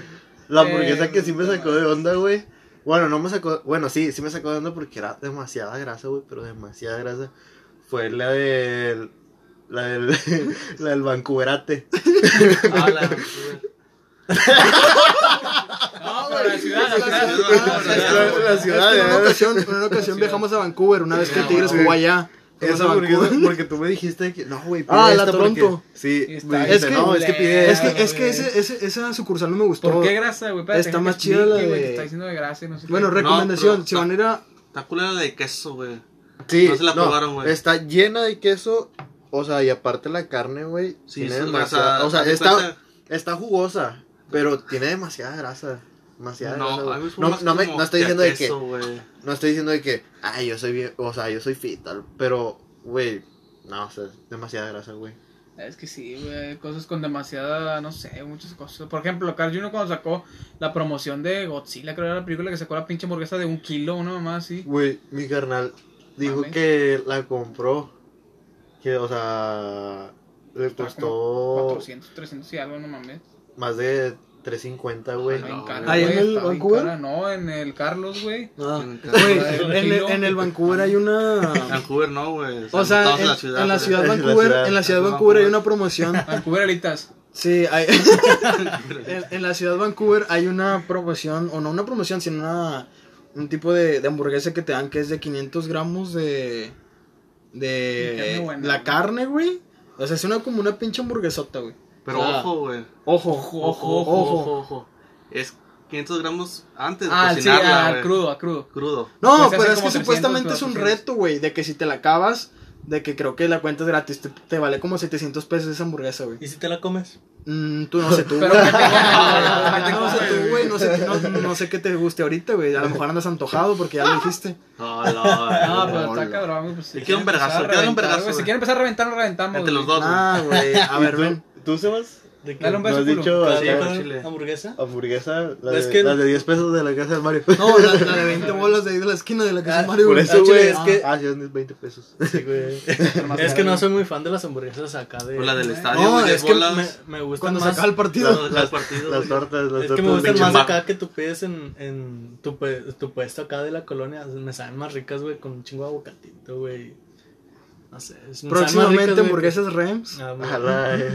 Speaker 1: La hamburguesa
Speaker 3: Eh,
Speaker 1: que sí me
Speaker 3: no
Speaker 1: sacó de onda, güey. Bueno, no me sacó. Bueno, sí, sí me sacó de onda porque era demasiada grasa, güey, pero demasiada grasa. Fue la del. La del. La del Vancouverate.
Speaker 2: Ah, la
Speaker 3: No, pero la ciudad, la
Speaker 5: Ah,
Speaker 3: ciudad.
Speaker 5: es que-
Speaker 1: La
Speaker 5: es que
Speaker 1: ciudad,
Speaker 5: en una
Speaker 1: ¿eh?
Speaker 5: ocasión, en una ocasión viajamos a Vancouver, una vez que
Speaker 2: Ya,
Speaker 5: Tigres
Speaker 1: güey.
Speaker 5: jugó allá. fuimos
Speaker 1: Esa
Speaker 5: a
Speaker 1: hamburguesa,
Speaker 5: Vancouver.
Speaker 1: porque tú me dijiste Este que. No, güey, pide
Speaker 5: Ah, la
Speaker 1: esto porque-
Speaker 5: Toronto.
Speaker 1: Sí,
Speaker 3: Está
Speaker 1: me
Speaker 3: bien
Speaker 1: dijiste,
Speaker 5: culera,
Speaker 1: no, es que pide.
Speaker 5: Es que,
Speaker 3: güey.
Speaker 5: es que ese, ese- esa sucursal no me gustó.
Speaker 3: ¿Por qué grasa, güey? Espérate,
Speaker 5: Está
Speaker 3: déjame
Speaker 5: más
Speaker 3: que
Speaker 5: chida
Speaker 3: explique,
Speaker 5: la
Speaker 3: güey, que
Speaker 5: de-
Speaker 3: Está diciendo de grasa y no sé qué.
Speaker 5: Bueno,
Speaker 2: re-
Speaker 5: recomendación,
Speaker 2: pero-
Speaker 5: si van a ir a...
Speaker 2: Está culera de queso, güey.
Speaker 1: Sí,
Speaker 2: No se la probaron, güey.
Speaker 1: Está llena de queso. O sea, y aparte la carne, güey.
Speaker 2: Sí,
Speaker 1: tiene
Speaker 2: es
Speaker 1: demasiada.
Speaker 2: grasa.
Speaker 1: O sea,
Speaker 2: Haz de
Speaker 1: está,
Speaker 2: cuenta-
Speaker 1: está jugosa, pero tiene demasiada grasa. Demasiada grasa.
Speaker 2: No, a
Speaker 1: güey.
Speaker 2: mí me suena
Speaker 1: No,
Speaker 2: más
Speaker 1: no, me-
Speaker 2: como
Speaker 1: no estoy diciendo de que.
Speaker 2: queso, güey.
Speaker 1: No estoy diciendo de que. Ay, yo soy bien. O sea, yo soy fit, tal. Pero, güey. No, o sea, es demasiada grasa, güey.
Speaker 3: Es que sí, güey, cosas con demasiada, no sé, muchas cosas. Por ejemplo, Carl Jr. cuando sacó la promoción de Godzilla, creo que era la película que sacó la pinche hamburguesa de un kilo, una mamá así.
Speaker 1: Güey, mi carnal dijo
Speaker 3: Mames.
Speaker 1: que la compró. Que, o sea. Le
Speaker 3: Estaba
Speaker 1: costó
Speaker 3: 400, 300 y algo, no mames.
Speaker 1: más de 350, güey.
Speaker 2: Ay,
Speaker 3: Está
Speaker 2: no,
Speaker 3: bien cara,
Speaker 2: ¿Ahí
Speaker 3: güey,
Speaker 5: en el
Speaker 3: está bien
Speaker 5: Vancouver?
Speaker 3: cara. No, en el Carlos, güey.
Speaker 5: Ah,
Speaker 2: Güey,
Speaker 5: güey, en, el, en el Vancouver hay
Speaker 2: Ah,
Speaker 5: una...
Speaker 2: Vancouver no, güey.
Speaker 5: O sea,
Speaker 2: todos
Speaker 5: en, en la
Speaker 2: güey.
Speaker 5: ciudad
Speaker 1: En la
Speaker 5: Vancouver,
Speaker 1: ciudad.
Speaker 5: en la ciudad
Speaker 2: En
Speaker 5: Vancouver hay
Speaker 2: Vancouver.
Speaker 5: una promoción.
Speaker 3: Vancouver Alitas.
Speaker 5: Sí, hay- en, en la ciudad Vancouver hay una promoción, o no una promoción, sino una, un tipo de, de hamburguesa que te dan que es de 500 gramos de, de
Speaker 3: Y carne buena,
Speaker 5: la
Speaker 3: ¿no?
Speaker 5: carne, güey. O sea, es una como una pinche hamburguesota, güey.
Speaker 2: Pero
Speaker 5: O sea,
Speaker 2: ojo, güey.
Speaker 5: Ojo,
Speaker 2: Ojo, ojo, ojo, ojo. Es 500 gramos antes de
Speaker 3: Ah, sí,
Speaker 2: Pues, cocinarla,
Speaker 3: ah,
Speaker 2: güey.
Speaker 3: crudo, a crudo.
Speaker 2: Crudo.
Speaker 5: No,
Speaker 3: Pues hace
Speaker 5: pero es que
Speaker 3: como 300,
Speaker 5: supuestamente es un
Speaker 3: 400.
Speaker 5: reto, güey, de que si te la acabas, de que creo que la cuenta es gratis, te, te vale como 700 pesos esa hamburguesa, güey.
Speaker 4: ¿Y si te la comes?
Speaker 5: Mm, tú no sé tú.
Speaker 3: Pero
Speaker 5: güey.
Speaker 3: que te- que te
Speaker 5: no sé
Speaker 3: comes,
Speaker 5: tú, güey, no sé, no, no sé qué te guste ahorita, güey. A lo mejor andas antojado porque ya lo dijiste.
Speaker 2: No, no,
Speaker 3: Ah,
Speaker 2: güey.
Speaker 3: pero
Speaker 1: Hola.
Speaker 3: está cabrón, güey. Pues,
Speaker 2: Le
Speaker 3: si
Speaker 2: queda
Speaker 3: quieren
Speaker 2: un vergazo,
Speaker 3: empezar a
Speaker 2: le queda un
Speaker 3: reventar,
Speaker 2: vergazo,
Speaker 3: güey, Si
Speaker 2: güey.
Speaker 3: quieren empezar a reventar, lo reventamos.
Speaker 2: Entre los
Speaker 3: güey.
Speaker 2: dos, güey.
Speaker 5: Ah, güey, a ver, ven.
Speaker 1: ¿Tú, Sebas?
Speaker 4: ¿De qué?
Speaker 3: Dale un
Speaker 1: ¿No
Speaker 3: beso,
Speaker 1: has
Speaker 3: culo.
Speaker 1: dicho
Speaker 4: ¿Cada
Speaker 1: acá,
Speaker 2: Sí,
Speaker 4: quien
Speaker 2: con
Speaker 4: come
Speaker 2: chile.
Speaker 4: hamburguesa?
Speaker 1: hamburguesa? La
Speaker 4: Es
Speaker 1: de,
Speaker 4: que-
Speaker 1: la de 10 pesos de la casa del Mario.
Speaker 5: No, la, la de 20 bolas de ahí de la esquina de la que se Mario.
Speaker 1: Por
Speaker 5: Ah, güey.
Speaker 1: eso, güey.
Speaker 4: es que-
Speaker 1: Ah, sí, es 20 pesos.
Speaker 4: Es que no soy muy fan de las hamburguesas acá de...
Speaker 2: O la del estadio,
Speaker 5: No,
Speaker 2: güey, de
Speaker 5: es que
Speaker 2: bolas.
Speaker 4: me, me gustan
Speaker 5: ah, Cuando se
Speaker 4: más...
Speaker 5: acaba el partido.
Speaker 2: Las, partidos,
Speaker 1: Las tortas, las
Speaker 4: Es
Speaker 1: tortas.
Speaker 4: que me gustan
Speaker 2: pinche
Speaker 4: más
Speaker 2: mar-
Speaker 4: acá que tú pides en, en tu, pe- tu puesto acá de la colonia. Me saben más ricas, güey, con un chingo de aguacatito, güey. No sé. es- me saben más ricas,
Speaker 5: Próximamente
Speaker 4: güey,
Speaker 5: hamburguesas Rems.
Speaker 4: que- Ah, güey.
Speaker 1: Ojalá, eh.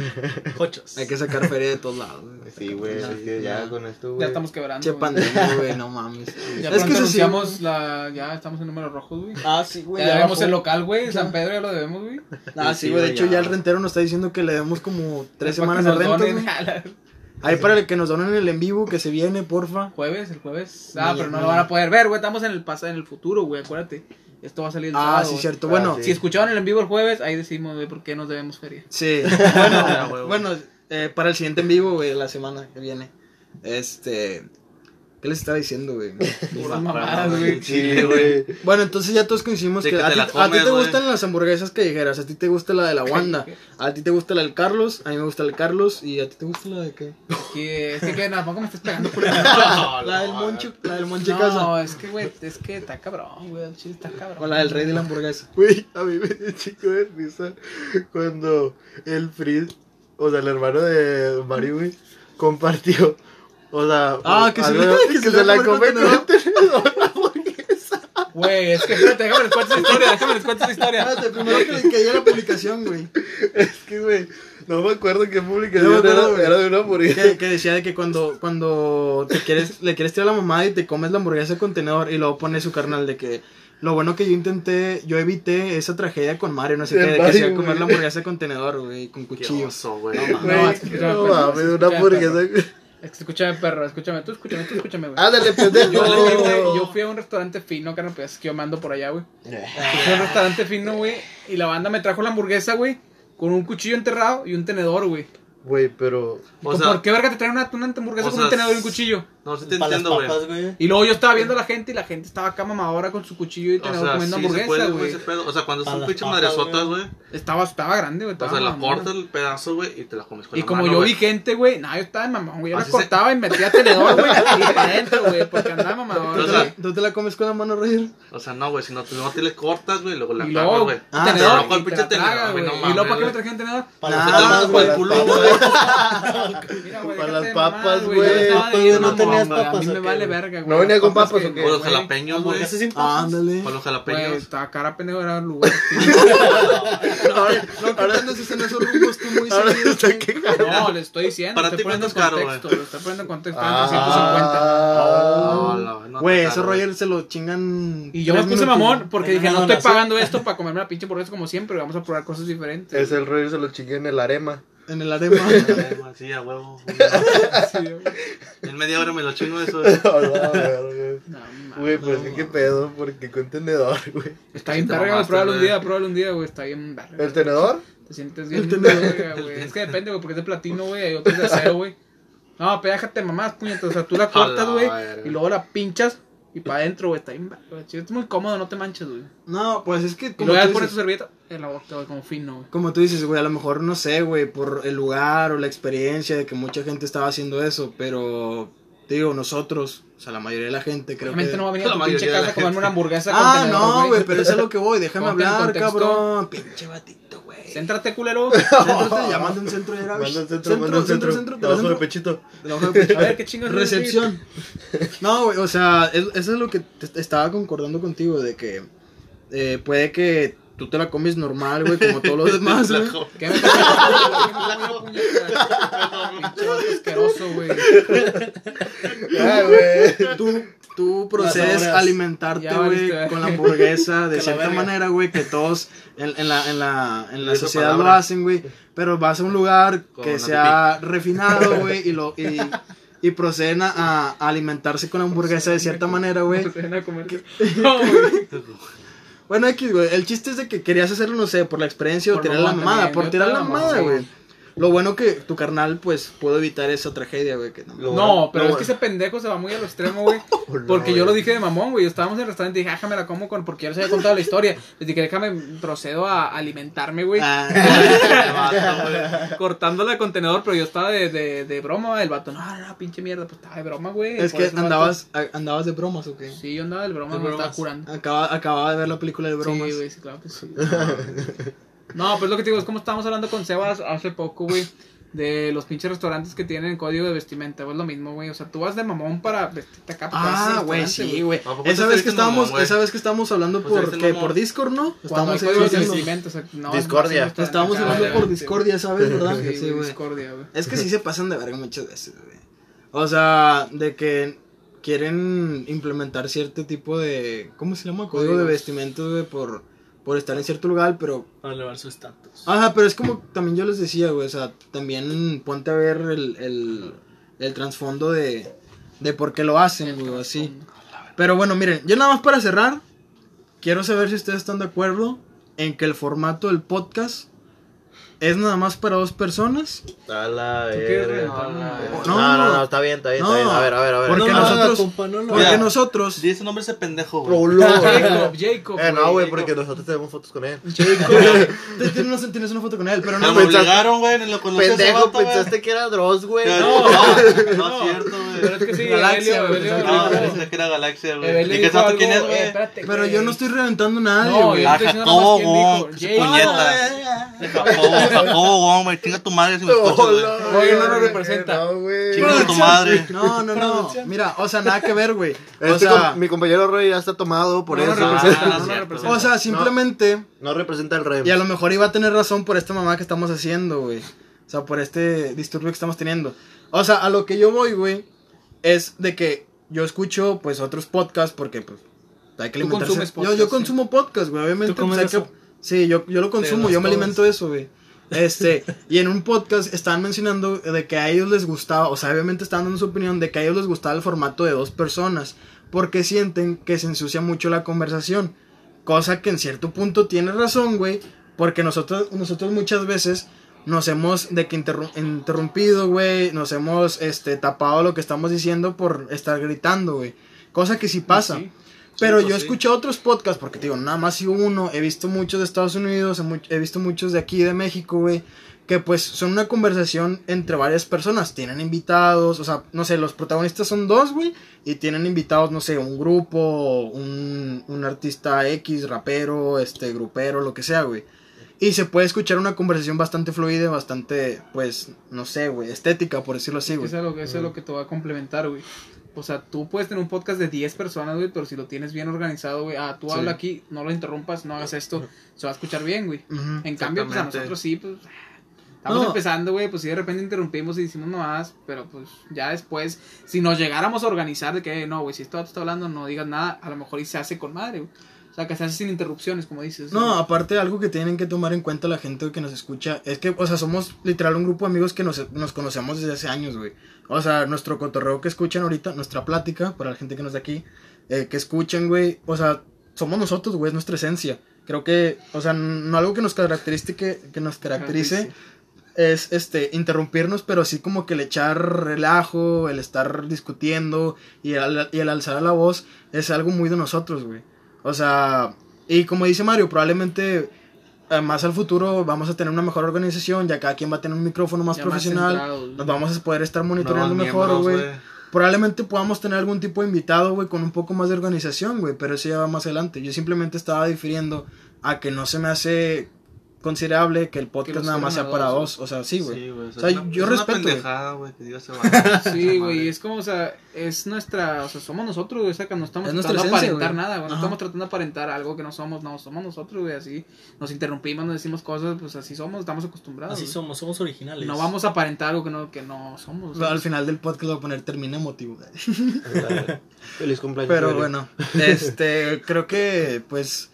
Speaker 4: Cochos.
Speaker 5: Hay que sacar feria de todos lados, güey.
Speaker 1: Sí, güey. es que Ya con esto, güey.
Speaker 3: Ya estamos quebrando.
Speaker 5: Che
Speaker 3: güey.
Speaker 5: pandemia, güey, no mames.
Speaker 3: Ya
Speaker 5: es que eso sí.
Speaker 3: anunciamos la. Ya estamos en números rojos, güey.
Speaker 4: Ah, sí,
Speaker 3: ya debemos
Speaker 4: bajó.
Speaker 3: el local, güey. San Pedro ya lo debemos, güey.
Speaker 5: Ah, sí, güey. De hecho, ya el rentero nos está diciendo que le demos como tres
Speaker 3: Para que
Speaker 5: semanas de
Speaker 3: nos
Speaker 5: renta.
Speaker 3: donen
Speaker 5: güey.
Speaker 3: a la-
Speaker 5: Ahí para el que nos donen el en vivo que se viene, porfa.
Speaker 3: Jueves, el jueves. Ah,
Speaker 5: Mañana.
Speaker 3: pero no lo van a poder ver, güey. Estamos en el pasado, en el futuro, güey. Acuérdate. Esto va a salir el
Speaker 5: Ah,
Speaker 3: sábado,
Speaker 5: sí,
Speaker 3: güey.
Speaker 5: cierto.
Speaker 1: Ah,
Speaker 5: Bueno,
Speaker 1: sí.
Speaker 3: Si escucharon el en vivo el jueves, ahí decimos, güey, por qué nos debemos feria.
Speaker 5: Sí.
Speaker 2: Ah,
Speaker 5: Bueno,
Speaker 2: huevo.
Speaker 5: bueno eh, para el siguiente en vivo, güey, la semana que viene. Este. ¿Qué les estaba diciendo, güey?
Speaker 3: Puras mamadas, güey.
Speaker 1: Chile, güey.
Speaker 5: Bueno, entonces ya todos coincidimos
Speaker 2: De
Speaker 5: que,
Speaker 2: que
Speaker 5: a,
Speaker 2: te
Speaker 5: ti,
Speaker 2: la
Speaker 5: a ti
Speaker 2: comes,
Speaker 5: te
Speaker 2: güey.
Speaker 5: gustan las hamburguesas callejeras, a ti te gusta la de la Wanda, a ti te gusta la del Carlos, a mí me gusta el Carlos y a ti te gusta la de qué?
Speaker 3: Que, es que, que nada, poco me estás pegando por
Speaker 5: la del Moncho, la del Monche
Speaker 3: No, es que, güey, es que está cabrón, güey. El chile está cabrón.
Speaker 5: Con la del rey de la hamburguesa.
Speaker 1: Güey, a mí me dio un chico de risa cuando el Fritz, o sea, el hermano de Mario, güey, compartió. O sea,
Speaker 5: Ah, que se
Speaker 1: algo
Speaker 5: la- que
Speaker 1: que
Speaker 5: se
Speaker 1: se
Speaker 5: la
Speaker 1: la
Speaker 5: come
Speaker 1: come
Speaker 5: con
Speaker 1: con un tenedor.
Speaker 3: Güey, es que, espérate, déjame les cuento esa historia, déjame les cuento esa
Speaker 1: Ah,
Speaker 3: historia.
Speaker 5: Espérate, primero que le caía la publicación, güey.
Speaker 1: Es que, güey, no me acuerdo qué publicación
Speaker 5: No me acuerdo,
Speaker 1: era,
Speaker 5: güey.
Speaker 1: era de una hamburguesa.
Speaker 5: Que, que decía de que cuando, cuando te quieres, le quieres tirar a la mamá y te comes la hamburguesa con tenedor y luego pone su carnal de que lo bueno que yo intenté, yo evité esa tragedia con Mario, no sé qué,
Speaker 1: El
Speaker 5: de que se iba a
Speaker 1: Mario,
Speaker 5: comer
Speaker 1: güey.
Speaker 5: la hamburguesa con tenedor, güey, con
Speaker 2: Qué
Speaker 5: cuchillos.
Speaker 2: oso, güey.
Speaker 1: Güey,
Speaker 3: No, es que-
Speaker 1: no mames, una hamburguesa.
Speaker 3: Es que escúchame, perro, escúchame, tú escúchame, tú escúchame, güey.
Speaker 1: Ándale, pendejo.
Speaker 3: Yo, le- güey, yo fui a un restaurante fino, carnal, pues que yo mando por allá, güey. Yo Fui a un restaurante fino, güey, y la banda me trajo la hamburguesa, güey, con un cuchillo enterrado y un tenedor, güey.
Speaker 1: Güey, pero.
Speaker 2: O
Speaker 3: ¿Por
Speaker 2: sea,
Speaker 3: qué verga te traen una, una hamburguesa
Speaker 2: o
Speaker 3: con
Speaker 2: sea,
Speaker 3: un tenedor y un cuchillo?
Speaker 2: no, sí te
Speaker 4: Para las
Speaker 2: entiendo, güey.
Speaker 4: papas, güey.
Speaker 3: Y luego yo estaba viendo a la gente y la gente estaba acá mamadora con su cuchillo y
Speaker 2: O
Speaker 3: tenedor
Speaker 2: sea,
Speaker 3: comiendo
Speaker 2: sí se
Speaker 3: hamburguesa,
Speaker 2: puede, güey,
Speaker 3: güey.
Speaker 2: ese pedo. O sea, cuando son
Speaker 4: Para las
Speaker 2: pinches
Speaker 4: papas,
Speaker 2: madresotas,
Speaker 4: güey.
Speaker 2: güey.
Speaker 3: Estaba, estaba grande, güey.
Speaker 2: O
Speaker 3: estaba
Speaker 2: sea, la
Speaker 3: mamona.
Speaker 2: cortas el pedazo, güey, y te la comes con
Speaker 3: Y
Speaker 2: la
Speaker 3: como
Speaker 2: mano,
Speaker 3: yo
Speaker 2: güey.
Speaker 3: vi gente, güey, nada, yo estaba en mamón, güey. Yo la
Speaker 2: Así se-
Speaker 3: cortaba y metía tenedor, güey, y para adentro, güey, porque andaba mamador.
Speaker 5: ¿Tú,
Speaker 2: O
Speaker 5: te
Speaker 2: sea,
Speaker 5: la, tú te la comes con la mano, Roger?
Speaker 2: O sea, no, güey, si no, no te le cortas, güey, y luego la
Speaker 3: y
Speaker 2: cagas,
Speaker 3: luego,
Speaker 2: güey.
Speaker 5: Ah,
Speaker 2: te
Speaker 3: tenedor,
Speaker 2: arrancó el
Speaker 3: y te
Speaker 2: pinche
Speaker 3: la traga,
Speaker 2: tenedor, güey, no
Speaker 3: güey. Y luego,
Speaker 2: mames,
Speaker 3: ¿para qué me
Speaker 2: güey.
Speaker 3: trajeron tenedor?
Speaker 4: Para
Speaker 5: Ah,
Speaker 2: Se
Speaker 4: las
Speaker 2: te lo metes
Speaker 4: papas,
Speaker 1: Para las papas,
Speaker 2: por el culo, güey.
Speaker 3: Mira, güey, déjate de mamar,
Speaker 4: güey. las papas.
Speaker 1: güey. pues,
Speaker 3: yo estaba de
Speaker 4: Papas,
Speaker 3: bien
Speaker 4: ¿no
Speaker 3: mamón,
Speaker 4: tenías
Speaker 3: güey, A
Speaker 4: papas
Speaker 3: mí
Speaker 4: o
Speaker 3: me
Speaker 4: qué,
Speaker 3: vale
Speaker 4: güey?
Speaker 3: verga, güey.
Speaker 1: ¿No venía con papas
Speaker 3: que-
Speaker 1: o qué?
Speaker 2: Con los
Speaker 3: güey,
Speaker 2: jalapeños, güey.
Speaker 4: Hamburguesas sin
Speaker 3: Ah,
Speaker 4: papas.
Speaker 3: pues.
Speaker 5: Ándale.
Speaker 2: Con los
Speaker 3: Güey,
Speaker 2: jalapeños.
Speaker 3: estaba cara pendejo era el lugar.
Speaker 5: Ahora, ahora andas en esos rumbos tú muy
Speaker 1: Ahora
Speaker 5: seguido,
Speaker 1: está
Speaker 5: güey.
Speaker 1: que.
Speaker 3: No, le estoy diciendo,
Speaker 2: Para
Speaker 3: estoy
Speaker 2: ti,
Speaker 3: poniendo en
Speaker 2: ¿cuánto es caro,
Speaker 3: contexto,
Speaker 2: güey?
Speaker 3: lo estoy poniendo en contexto,
Speaker 1: Ah.
Speaker 3: en 350.
Speaker 1: Oh,
Speaker 2: No, no, no
Speaker 5: Güey,
Speaker 2: te
Speaker 5: eso
Speaker 2: tardas.
Speaker 5: Roger se lo chingan.
Speaker 3: Y yo me
Speaker 5: tres
Speaker 3: puse
Speaker 5: minutos.
Speaker 3: mamón porque
Speaker 4: Tenía
Speaker 3: dije,
Speaker 4: una
Speaker 3: no estoy
Speaker 4: donación.
Speaker 3: pagando esto para comerme la pinche hamburguesa como siempre, vamos a probar cosas diferentes.
Speaker 1: Es el rollo, se lo chingué en el arema.
Speaker 5: En el arema.
Speaker 2: Sí, a huevo.
Speaker 3: Sí, güey.
Speaker 2: En media hora me lo chingo eso, güey.
Speaker 1: No, no, güey.
Speaker 3: No, mames.
Speaker 1: Güey, pero es que qué pedo, porque con tenedor, güey.
Speaker 3: Está bien
Speaker 2: Te
Speaker 3: verga, güey.
Speaker 2: mamaste,
Speaker 3: Pruébalo un
Speaker 2: güey.
Speaker 3: día, pruébalo un día, güey. Está bien verga.
Speaker 1: ¿El tenedor?
Speaker 3: Te sientes bien verga, güey. Es que depende, güey, porque es de platino, güey. Hay otros de acero, güey. No, pero déjate mamás, puñetas. O sea, tú la cortas,
Speaker 2: la
Speaker 3: güey.
Speaker 2: verga.
Speaker 3: Y luego la pinchas y para adentro, güey. Está bien verga, güey. Es muy cómodo, no te manches, güey.
Speaker 5: No, pues es que
Speaker 3: Y
Speaker 5: como
Speaker 3: luego ya
Speaker 5: tú,
Speaker 3: le pones tu
Speaker 5: dices,
Speaker 3: servilleta en la boca, güey, como fino, güey.
Speaker 5: como tú dices, güey, a lo mejor no sé, güey, por el lugar o la experiencia de que mucha gente estaba haciendo eso, pero te digo, nosotros, o sea, la mayoría de la gente creo
Speaker 3: Obviamente
Speaker 5: que...
Speaker 3: no va a venir a
Speaker 2: La
Speaker 3: tu
Speaker 2: mayoría
Speaker 3: pinche
Speaker 2: de la
Speaker 3: casa a comerme
Speaker 2: gente.
Speaker 3: una hamburguesa
Speaker 5: Ah,
Speaker 3: con tenedor,
Speaker 5: no, güey, pero eso es a lo que voy, déjame
Speaker 3: Ponte en
Speaker 5: hablar,
Speaker 3: contexto.
Speaker 5: cabrón. Pinche batito, güey.
Speaker 3: Céntrate, culero.
Speaker 5: Céntrate, ya manda un centro, ya
Speaker 1: Manda al centro, manda al centro.
Speaker 5: te
Speaker 1: Abajo
Speaker 5: la
Speaker 1: de
Speaker 5: centro.
Speaker 1: pechito.
Speaker 5: Te la bajo de pecho.
Speaker 3: A ver, qué chingas. voy a decir?
Speaker 5: Recepción. No, güey, o sea, es- eso es lo que te- estaba concordando contigo, de que eh, puede que tú te la comes normal, güey, como todos los demás,
Speaker 2: La
Speaker 5: güey.
Speaker 2: co-
Speaker 3: ¿Qué me Pinche vato asqueroso, güey.
Speaker 1: Ay, güey.
Speaker 5: Tú, tú procedes
Speaker 4: horas.
Speaker 5: a alimentarte,
Speaker 3: Ya
Speaker 5: güey,
Speaker 3: valiste,
Speaker 5: con la hamburguesa de
Speaker 4: la
Speaker 5: cierta
Speaker 4: verga.
Speaker 5: manera, güey, que todos en, en la, en la, en la
Speaker 2: Esa
Speaker 5: sociedad lo
Speaker 2: palabra.
Speaker 5: hacen, güey, pero vas a un lugar
Speaker 2: Con
Speaker 5: que
Speaker 2: la
Speaker 5: sea refinado, güey, y lo... Y, y proceden a, a alimentarse con la hamburguesa de cierta manera, güey.
Speaker 3: Se van a comer. No, güey.
Speaker 5: Bueno, X, güey. El chiste es de que querías hacerlo, no sé, por la experiencia o
Speaker 3: Por
Speaker 5: tirar la
Speaker 3: mamón
Speaker 5: mamada.
Speaker 3: también,
Speaker 5: Por
Speaker 3: yo
Speaker 5: tirar la
Speaker 3: estaba
Speaker 5: mamada,
Speaker 3: mamón.
Speaker 5: güey. Lo bueno que tu carnal, pues, pudo evitar esa tragedia, güey. Que no.
Speaker 1: Lo
Speaker 3: No,
Speaker 1: bueno-
Speaker 3: pero
Speaker 1: lo
Speaker 3: es que ese pendejo se va muy a lo extremo, güey. Porque yo lo dije de mamón, güey. Estábamos en el restaurante y dije, "Ajá, me la como con. Porque ya les había contado la historia. Les dije, déjame, procedo a alimentarme, güey.
Speaker 5: Ah,
Speaker 2: Qué vato, güey.
Speaker 3: Cortándola de contenedor, pero yo estaba de, de, de broma. El vato, no, no, no, pinche mierda. Pues estaba de broma, güey.
Speaker 5: es
Speaker 3: Por
Speaker 5: que
Speaker 3: eso el vato-
Speaker 5: andabas, a- andabas de bromas, ¿o qué?
Speaker 3: Sí, yo andaba del broma,
Speaker 4: De
Speaker 3: me estaba
Speaker 4: bromas.
Speaker 3: curando.
Speaker 5: Acaba, acababa de ver la película de bromas.
Speaker 3: Sí, güey, sí, claro que sí. No, pues lo que te digo es como estábamos hablando con Sebas hace poco, güey, de los pinches restaurantes que tienen código de vestimenta, güey, es lo mismo, güey. O sea, tú vas de mamón para vestirte acá. porque vas
Speaker 5: ah,
Speaker 3: al
Speaker 5: güey,
Speaker 3: restaurante,
Speaker 5: sí, güey.
Speaker 2: ¿A poco
Speaker 5: Esa
Speaker 2: te
Speaker 5: vez que
Speaker 2: viste mamón,
Speaker 5: estábamos,
Speaker 2: güey?
Speaker 5: esa vez que estábamos hablando
Speaker 2: Pues te
Speaker 5: por,
Speaker 2: viste
Speaker 5: ¿qué?
Speaker 2: mamón.
Speaker 5: por Discord, ¿no?
Speaker 3: Cuando
Speaker 5: Estábamos
Speaker 3: hay código de
Speaker 5: hablando-
Speaker 3: vestimenta, o sea, no,
Speaker 1: Discordia.
Speaker 3: no es un restaurante
Speaker 5: estábamos
Speaker 3: acá,
Speaker 5: hablando por
Speaker 3: obviamente,
Speaker 5: Discordia, ¿sabes? ¿Verdad?
Speaker 3: güey. Sí,
Speaker 5: Sí, güey.
Speaker 3: Discordia, güey.
Speaker 5: Es que sí se pasan de verga muchas veces, güey. O sea, de que quieren implementar cierto tipo de. ¿Cómo se llama? Código de
Speaker 3: Códigos.
Speaker 5: vestimentos, güey, por, por estar en cierto lugar, pero.
Speaker 4: Para elevar su estatus.
Speaker 5: Ajá, pero es como también yo les decía, güey. O sea, también ponte a ver el, el, el trasfondo de, de por qué lo hacen, güey, o así. Pero bueno, miren, yo nada más para cerrar, quiero saber si ustedes están de acuerdo en que el formato del podcast es nada más para dos personas.
Speaker 1: A la
Speaker 3: ¿Tú quieres
Speaker 1: verga.
Speaker 3: reventar una-
Speaker 1: No,
Speaker 5: No,
Speaker 1: no, no, está bien, está bien, está
Speaker 5: no.
Speaker 1: bien. A ver, a ver, a ver.
Speaker 5: Porque
Speaker 4: No lo haga,
Speaker 5: nosotros-
Speaker 4: compa, no lo
Speaker 5: Porque
Speaker 4: haga.
Speaker 5: nosotros.
Speaker 2: Dice su nombre ese pendejo, güey.
Speaker 1: Rolo.
Speaker 3: Jacob, Jacob.
Speaker 1: Eh, no, güey,
Speaker 3: Jacob.
Speaker 1: porque nosotros tenemos fotos con él.
Speaker 5: Te- Tienes una, tienes una foto con él, pero
Speaker 2: Me
Speaker 5: no.
Speaker 1: pensaste-
Speaker 2: obligaron, güey, ni lo conocí ese
Speaker 1: Pendejo,
Speaker 2: vato, güey.
Speaker 1: pensaste que era Dross, güey.
Speaker 2: No, no, no es cierto,
Speaker 3: Pero
Speaker 2: güey.
Speaker 3: es que sí,
Speaker 5: Galaxia,
Speaker 3: Evelio,
Speaker 5: güey,
Speaker 3: Evelio
Speaker 5: pensaba
Speaker 2: No,
Speaker 3: dijo-
Speaker 2: pensé que era Galaxia, güey.
Speaker 3: Evelio
Speaker 2: ¿Y qué
Speaker 3: dijo
Speaker 2: sabes
Speaker 3: algo,
Speaker 2: quién es,
Speaker 3: eh,
Speaker 2: güey?
Speaker 3: espérate,
Speaker 5: Pero
Speaker 3: güey.
Speaker 5: yo no estoy reventando nada,
Speaker 3: No,
Speaker 5: güey.
Speaker 3: yo
Speaker 2: Ah,
Speaker 3: estoy diciendo nomás quién
Speaker 2: Jacobo,
Speaker 3: dijo.
Speaker 2: ese
Speaker 3: Jacob.
Speaker 2: puñeta. Jacobo, Jacobo, güey, me chinga tu madre si me escuchas, güey.
Speaker 1: Hola,
Speaker 3: Oye, no lo
Speaker 1: güey,
Speaker 3: representa.
Speaker 1: No, güey.
Speaker 2: Chinga tu madre.
Speaker 5: No, no, no. Mira, o sea, nada que ver, güey. O
Speaker 1: Este
Speaker 5: sea,
Speaker 1: com- mi compañero Roy ya está tomado por
Speaker 3: No, no
Speaker 1: eso.
Speaker 2: Ah,
Speaker 3: representa,
Speaker 2: no es
Speaker 3: no
Speaker 2: cierto,
Speaker 3: representa.
Speaker 2: güey.
Speaker 5: o sea, simplemente.
Speaker 1: No representa el rey.
Speaker 5: Y a lo mejor iba a tener razón por esta mamá que estamos haciendo, güey. O sea, por este disturbio que estamos teniendo. O sea, a lo que yo voy, güey, es de que yo escucho, pues, otros podcasts porque, pues, hay que
Speaker 3: Tú
Speaker 5: alimentarse.
Speaker 3: consumes
Speaker 5: yo,
Speaker 3: podcasts,
Speaker 5: yo
Speaker 3: sí.
Speaker 5: consumo podcast, güey, obviamente.
Speaker 4: ¿Tú comes
Speaker 5: pues, hay
Speaker 4: eso?
Speaker 5: que- Sí, yo, yo lo consumo,
Speaker 4: das
Speaker 5: yo me
Speaker 4: todas.
Speaker 5: alimento de eso, güey. Este, y en un podcast estaban mencionando de que a ellos les gustaba, o sea, obviamente estaban dando su opinión de que a ellos les gustaba el formato de dos personas, porque sienten que se ensucia mucho la conversación. Cosa que en cierto punto tiene razón, güey. Porque nosotros, nosotros muchas veces nos hemos de que interru- interrumpido, güey. Nos hemos este, tapado lo que estamos diciendo por estar gritando, güey. Cosa que sí pasa.
Speaker 3: Sí.
Speaker 5: Pero
Speaker 4: Sí, pues
Speaker 5: yo he
Speaker 4: sí.
Speaker 5: escuchado otros podcasts, porque te digo, nada más si uno, he visto muchos de Estados Unidos, he, mu- he visto muchos de aquí, de México, güey, que pues son una conversación entre varias personas, tienen invitados, o sea, no sé, los protagonistas son dos, güey, y tienen invitados, no sé, un grupo, un, un artista X, rapero, este, grupero, lo que sea, güey. Y se puede escuchar una conversación bastante fluida, y bastante, pues, no sé, güey, estética, por decirlo así, güey.
Speaker 3: Eso es lo, que- eso es lo que te va a complementar, güey. O sea, tú puedes tener un podcast de 10 personas, güey, pero si lo tienes bien organizado, güey, ah, tú
Speaker 5: Sí.
Speaker 3: habla aquí, no lo interrumpas, no hagas esto, se va a escuchar bien, güey.
Speaker 5: Ujú.
Speaker 3: En cambio, pues a
Speaker 2: Exactamente.
Speaker 3: nosotros sí, pues. Estamos
Speaker 5: No.
Speaker 3: empezando, güey, pues si de repente interrumpimos y decimos nomás, pero pues ya después, si nos llegáramos a organizar de que, no, güey, si esto está hablando, no digas nada, a lo mejor y se hace con madre, güey. O sea, que se hace sin interrupciones, como dices.
Speaker 5: No,
Speaker 3: güey.
Speaker 5: aparte algo que tienen que tomar en cuenta la gente que nos escucha es que, o sea, somos literal un grupo de amigos que nos, nos conocemos desde hace años, güey. O sea, nuestro cotorreo que escuchan ahorita, nuestra plática, para la gente que nos da aquí, eh, que escuchan, güey. O sea, somos nosotros, güey, es nuestra esencia. Creo que, o sea, n- no algo que nos caracterice, que, que nos caracterice es este interrumpirnos, pero sí como que el echar relajo, el estar discutiendo y el, y el alzar la voz es algo muy de nosotros, güey. O sea, y como dice Mario, probablemente eh, más al futuro vamos a tener una mejor organización, ya cada quien va a tener un micrófono más
Speaker 3: Ya más
Speaker 5: profesional,
Speaker 3: centrados, güey.
Speaker 5: nos vamos a poder estar monitoreando
Speaker 2: Nuevos
Speaker 5: mejor,
Speaker 2: miembros,
Speaker 5: güey. Probablemente podamos tener algún tipo de invitado, güey, con un poco más de organización, güey, pero eso ya va más adelante. Yo simplemente estaba difiriendo a que no se me hace considerable que el podcast
Speaker 3: los
Speaker 5: nada más sea
Speaker 3: fueran a
Speaker 5: para
Speaker 3: dos,
Speaker 5: dos, o sea, sí, güey.
Speaker 2: Sí, güey.
Speaker 5: O sea,
Speaker 2: es una-
Speaker 5: yo
Speaker 2: es
Speaker 5: respeto,
Speaker 2: Una
Speaker 5: güey.
Speaker 2: pendejada, güey, que diga ese vato.
Speaker 3: Sí,
Speaker 2: Esa
Speaker 3: güey,
Speaker 2: madre.
Speaker 3: es como, o sea, es nuestra, o sea, somos nosotros, güey, o sea, que no estamos
Speaker 5: Es nuestra
Speaker 3: tratando de
Speaker 5: esencia,
Speaker 3: aparentar
Speaker 5: güey.
Speaker 3: nada, güey, no
Speaker 5: Ajá.
Speaker 3: estamos tratando de aparentar algo que no somos, no, somos nosotros, güey, así, nos interrumpimos, nos decimos cosas, pues así somos, estamos acostumbrados.
Speaker 4: Así
Speaker 3: güey.
Speaker 4: somos, somos originales.
Speaker 3: No vamos a aparentar algo que no, que no somos.
Speaker 5: Al final del podcast lo voy a poner termina emotivo.
Speaker 1: Feliz cumpleaños.
Speaker 5: Pero
Speaker 1: Evelio.
Speaker 5: bueno, este, creo que pues,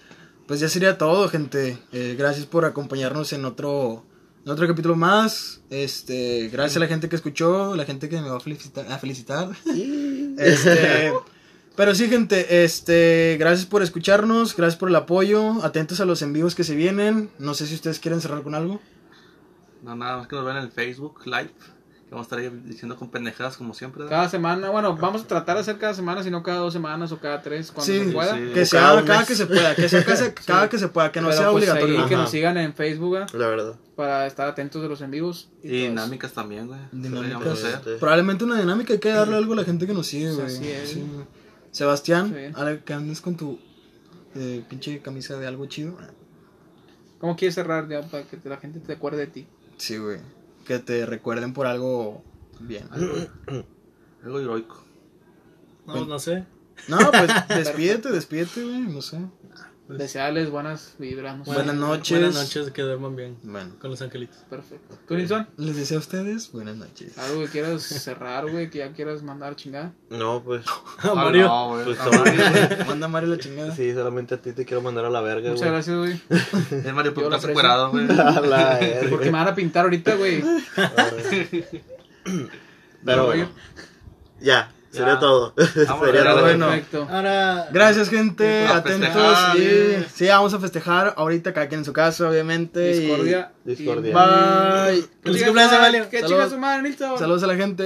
Speaker 5: pues ya sería todo, gente. Eh, gracias por acompañarnos en otro, en otro capítulo más. Este, gracias a la gente que escuchó, la gente que me va a felicitar. A felicitar. Este, pero sí, gente, este, gracias por escucharnos, gracias por el apoyo, atentos a los envíos que se vienen. No sé si ustedes quieren cerrar con algo.
Speaker 2: No, nada más que nos vean en el Facebook Live. Que vamos a estar ahí diciendo con pendejadas como siempre.
Speaker 3: Cada semana, bueno, vamos a tratar de hacer cada semana, si no cada dos semanas o cada tres, cuando
Speaker 5: Sí,
Speaker 3: se pueda.
Speaker 2: sí.
Speaker 5: Que
Speaker 1: O
Speaker 5: se
Speaker 1: cada
Speaker 5: haga
Speaker 1: un
Speaker 5: cada
Speaker 1: mes.
Speaker 5: que se pueda, que sea cada, cada que se pueda, que no
Speaker 3: Pero,
Speaker 5: sea
Speaker 3: pues,
Speaker 5: obligatorio.
Speaker 3: ahí que
Speaker 1: Ajá.
Speaker 3: nos sigan en Facebook güey,
Speaker 1: La verdad.
Speaker 3: para estar atentos de los en vivos.
Speaker 2: Y
Speaker 3: todo eso.
Speaker 2: dinámicas también, güey.
Speaker 5: Dinámicas.
Speaker 2: Vamos a hacer.
Speaker 1: Este,
Speaker 5: Probablemente una dinámica, hay que darle algo a la gente que nos sigue,
Speaker 3: Sí,
Speaker 5: güey.
Speaker 3: así es.
Speaker 5: Sí, güey. Sebastián,
Speaker 3: Sí.
Speaker 5: ahora que andes con tu eh, pinche camisa de algo chido.
Speaker 3: ¿Cómo quieres cerrar ya para que la gente te acuerde de ti?
Speaker 5: Sí, güey. Que te recuerden por algo bien.
Speaker 2: Algo heroico.
Speaker 4: No, no sé.
Speaker 5: No, pues despídete, despídete, güey. No sé.
Speaker 3: Desearles buenas vibras, no sé.
Speaker 5: Pues. Buenas noches.
Speaker 4: Buenas noches, que duerman bien.
Speaker 5: Bueno,
Speaker 4: Con los angelitos.
Speaker 3: Perfecto. ¿Tú, Linson?
Speaker 5: les deseo a ustedes buenas noches.
Speaker 3: Algo que quieras cerrar, güey, que ya quieras mandar chingada.
Speaker 1: No, pues.
Speaker 4: Ah, Mario.
Speaker 2: No, güey.
Speaker 1: Pues,
Speaker 2: Ah,
Speaker 1: solo-
Speaker 5: Manda Mario la chingada.
Speaker 1: Sí, solamente a ti te quiero mandar a la verga,
Speaker 3: Muchas
Speaker 1: güey.
Speaker 3: gracias, güey.
Speaker 2: Es Mario
Speaker 3: Yo
Speaker 2: porque
Speaker 3: lo
Speaker 2: estás
Speaker 3: aprecio.
Speaker 2: encuerado, güey.
Speaker 1: A la
Speaker 3: Porque me
Speaker 1: verga.
Speaker 3: van a pintar ahorita, güey.
Speaker 1: Pero
Speaker 3: Voy a ir.
Speaker 1: bueno. Ya. Sería todo. Sería
Speaker 2: Pero
Speaker 1: todo.
Speaker 2: bueno.
Speaker 3: Perfecto.
Speaker 4: Ahora.
Speaker 5: Gracias, gente.
Speaker 2: A
Speaker 5: Atentos.
Speaker 2: festejar,
Speaker 5: Sí,
Speaker 2: eh.
Speaker 5: sí, vamos a festejar ahorita, cada quien en su casa, obviamente. y-
Speaker 3: Discordia. pues
Speaker 1: Discordia.
Speaker 5: Bye.
Speaker 3: Que
Speaker 5: Feliz cumpleaños,
Speaker 3: chinga su madre,
Speaker 5: Amalio.
Speaker 3: Que
Speaker 5: Salud.
Speaker 3: chinga su madre, Nilton.
Speaker 5: Saludos a la gente.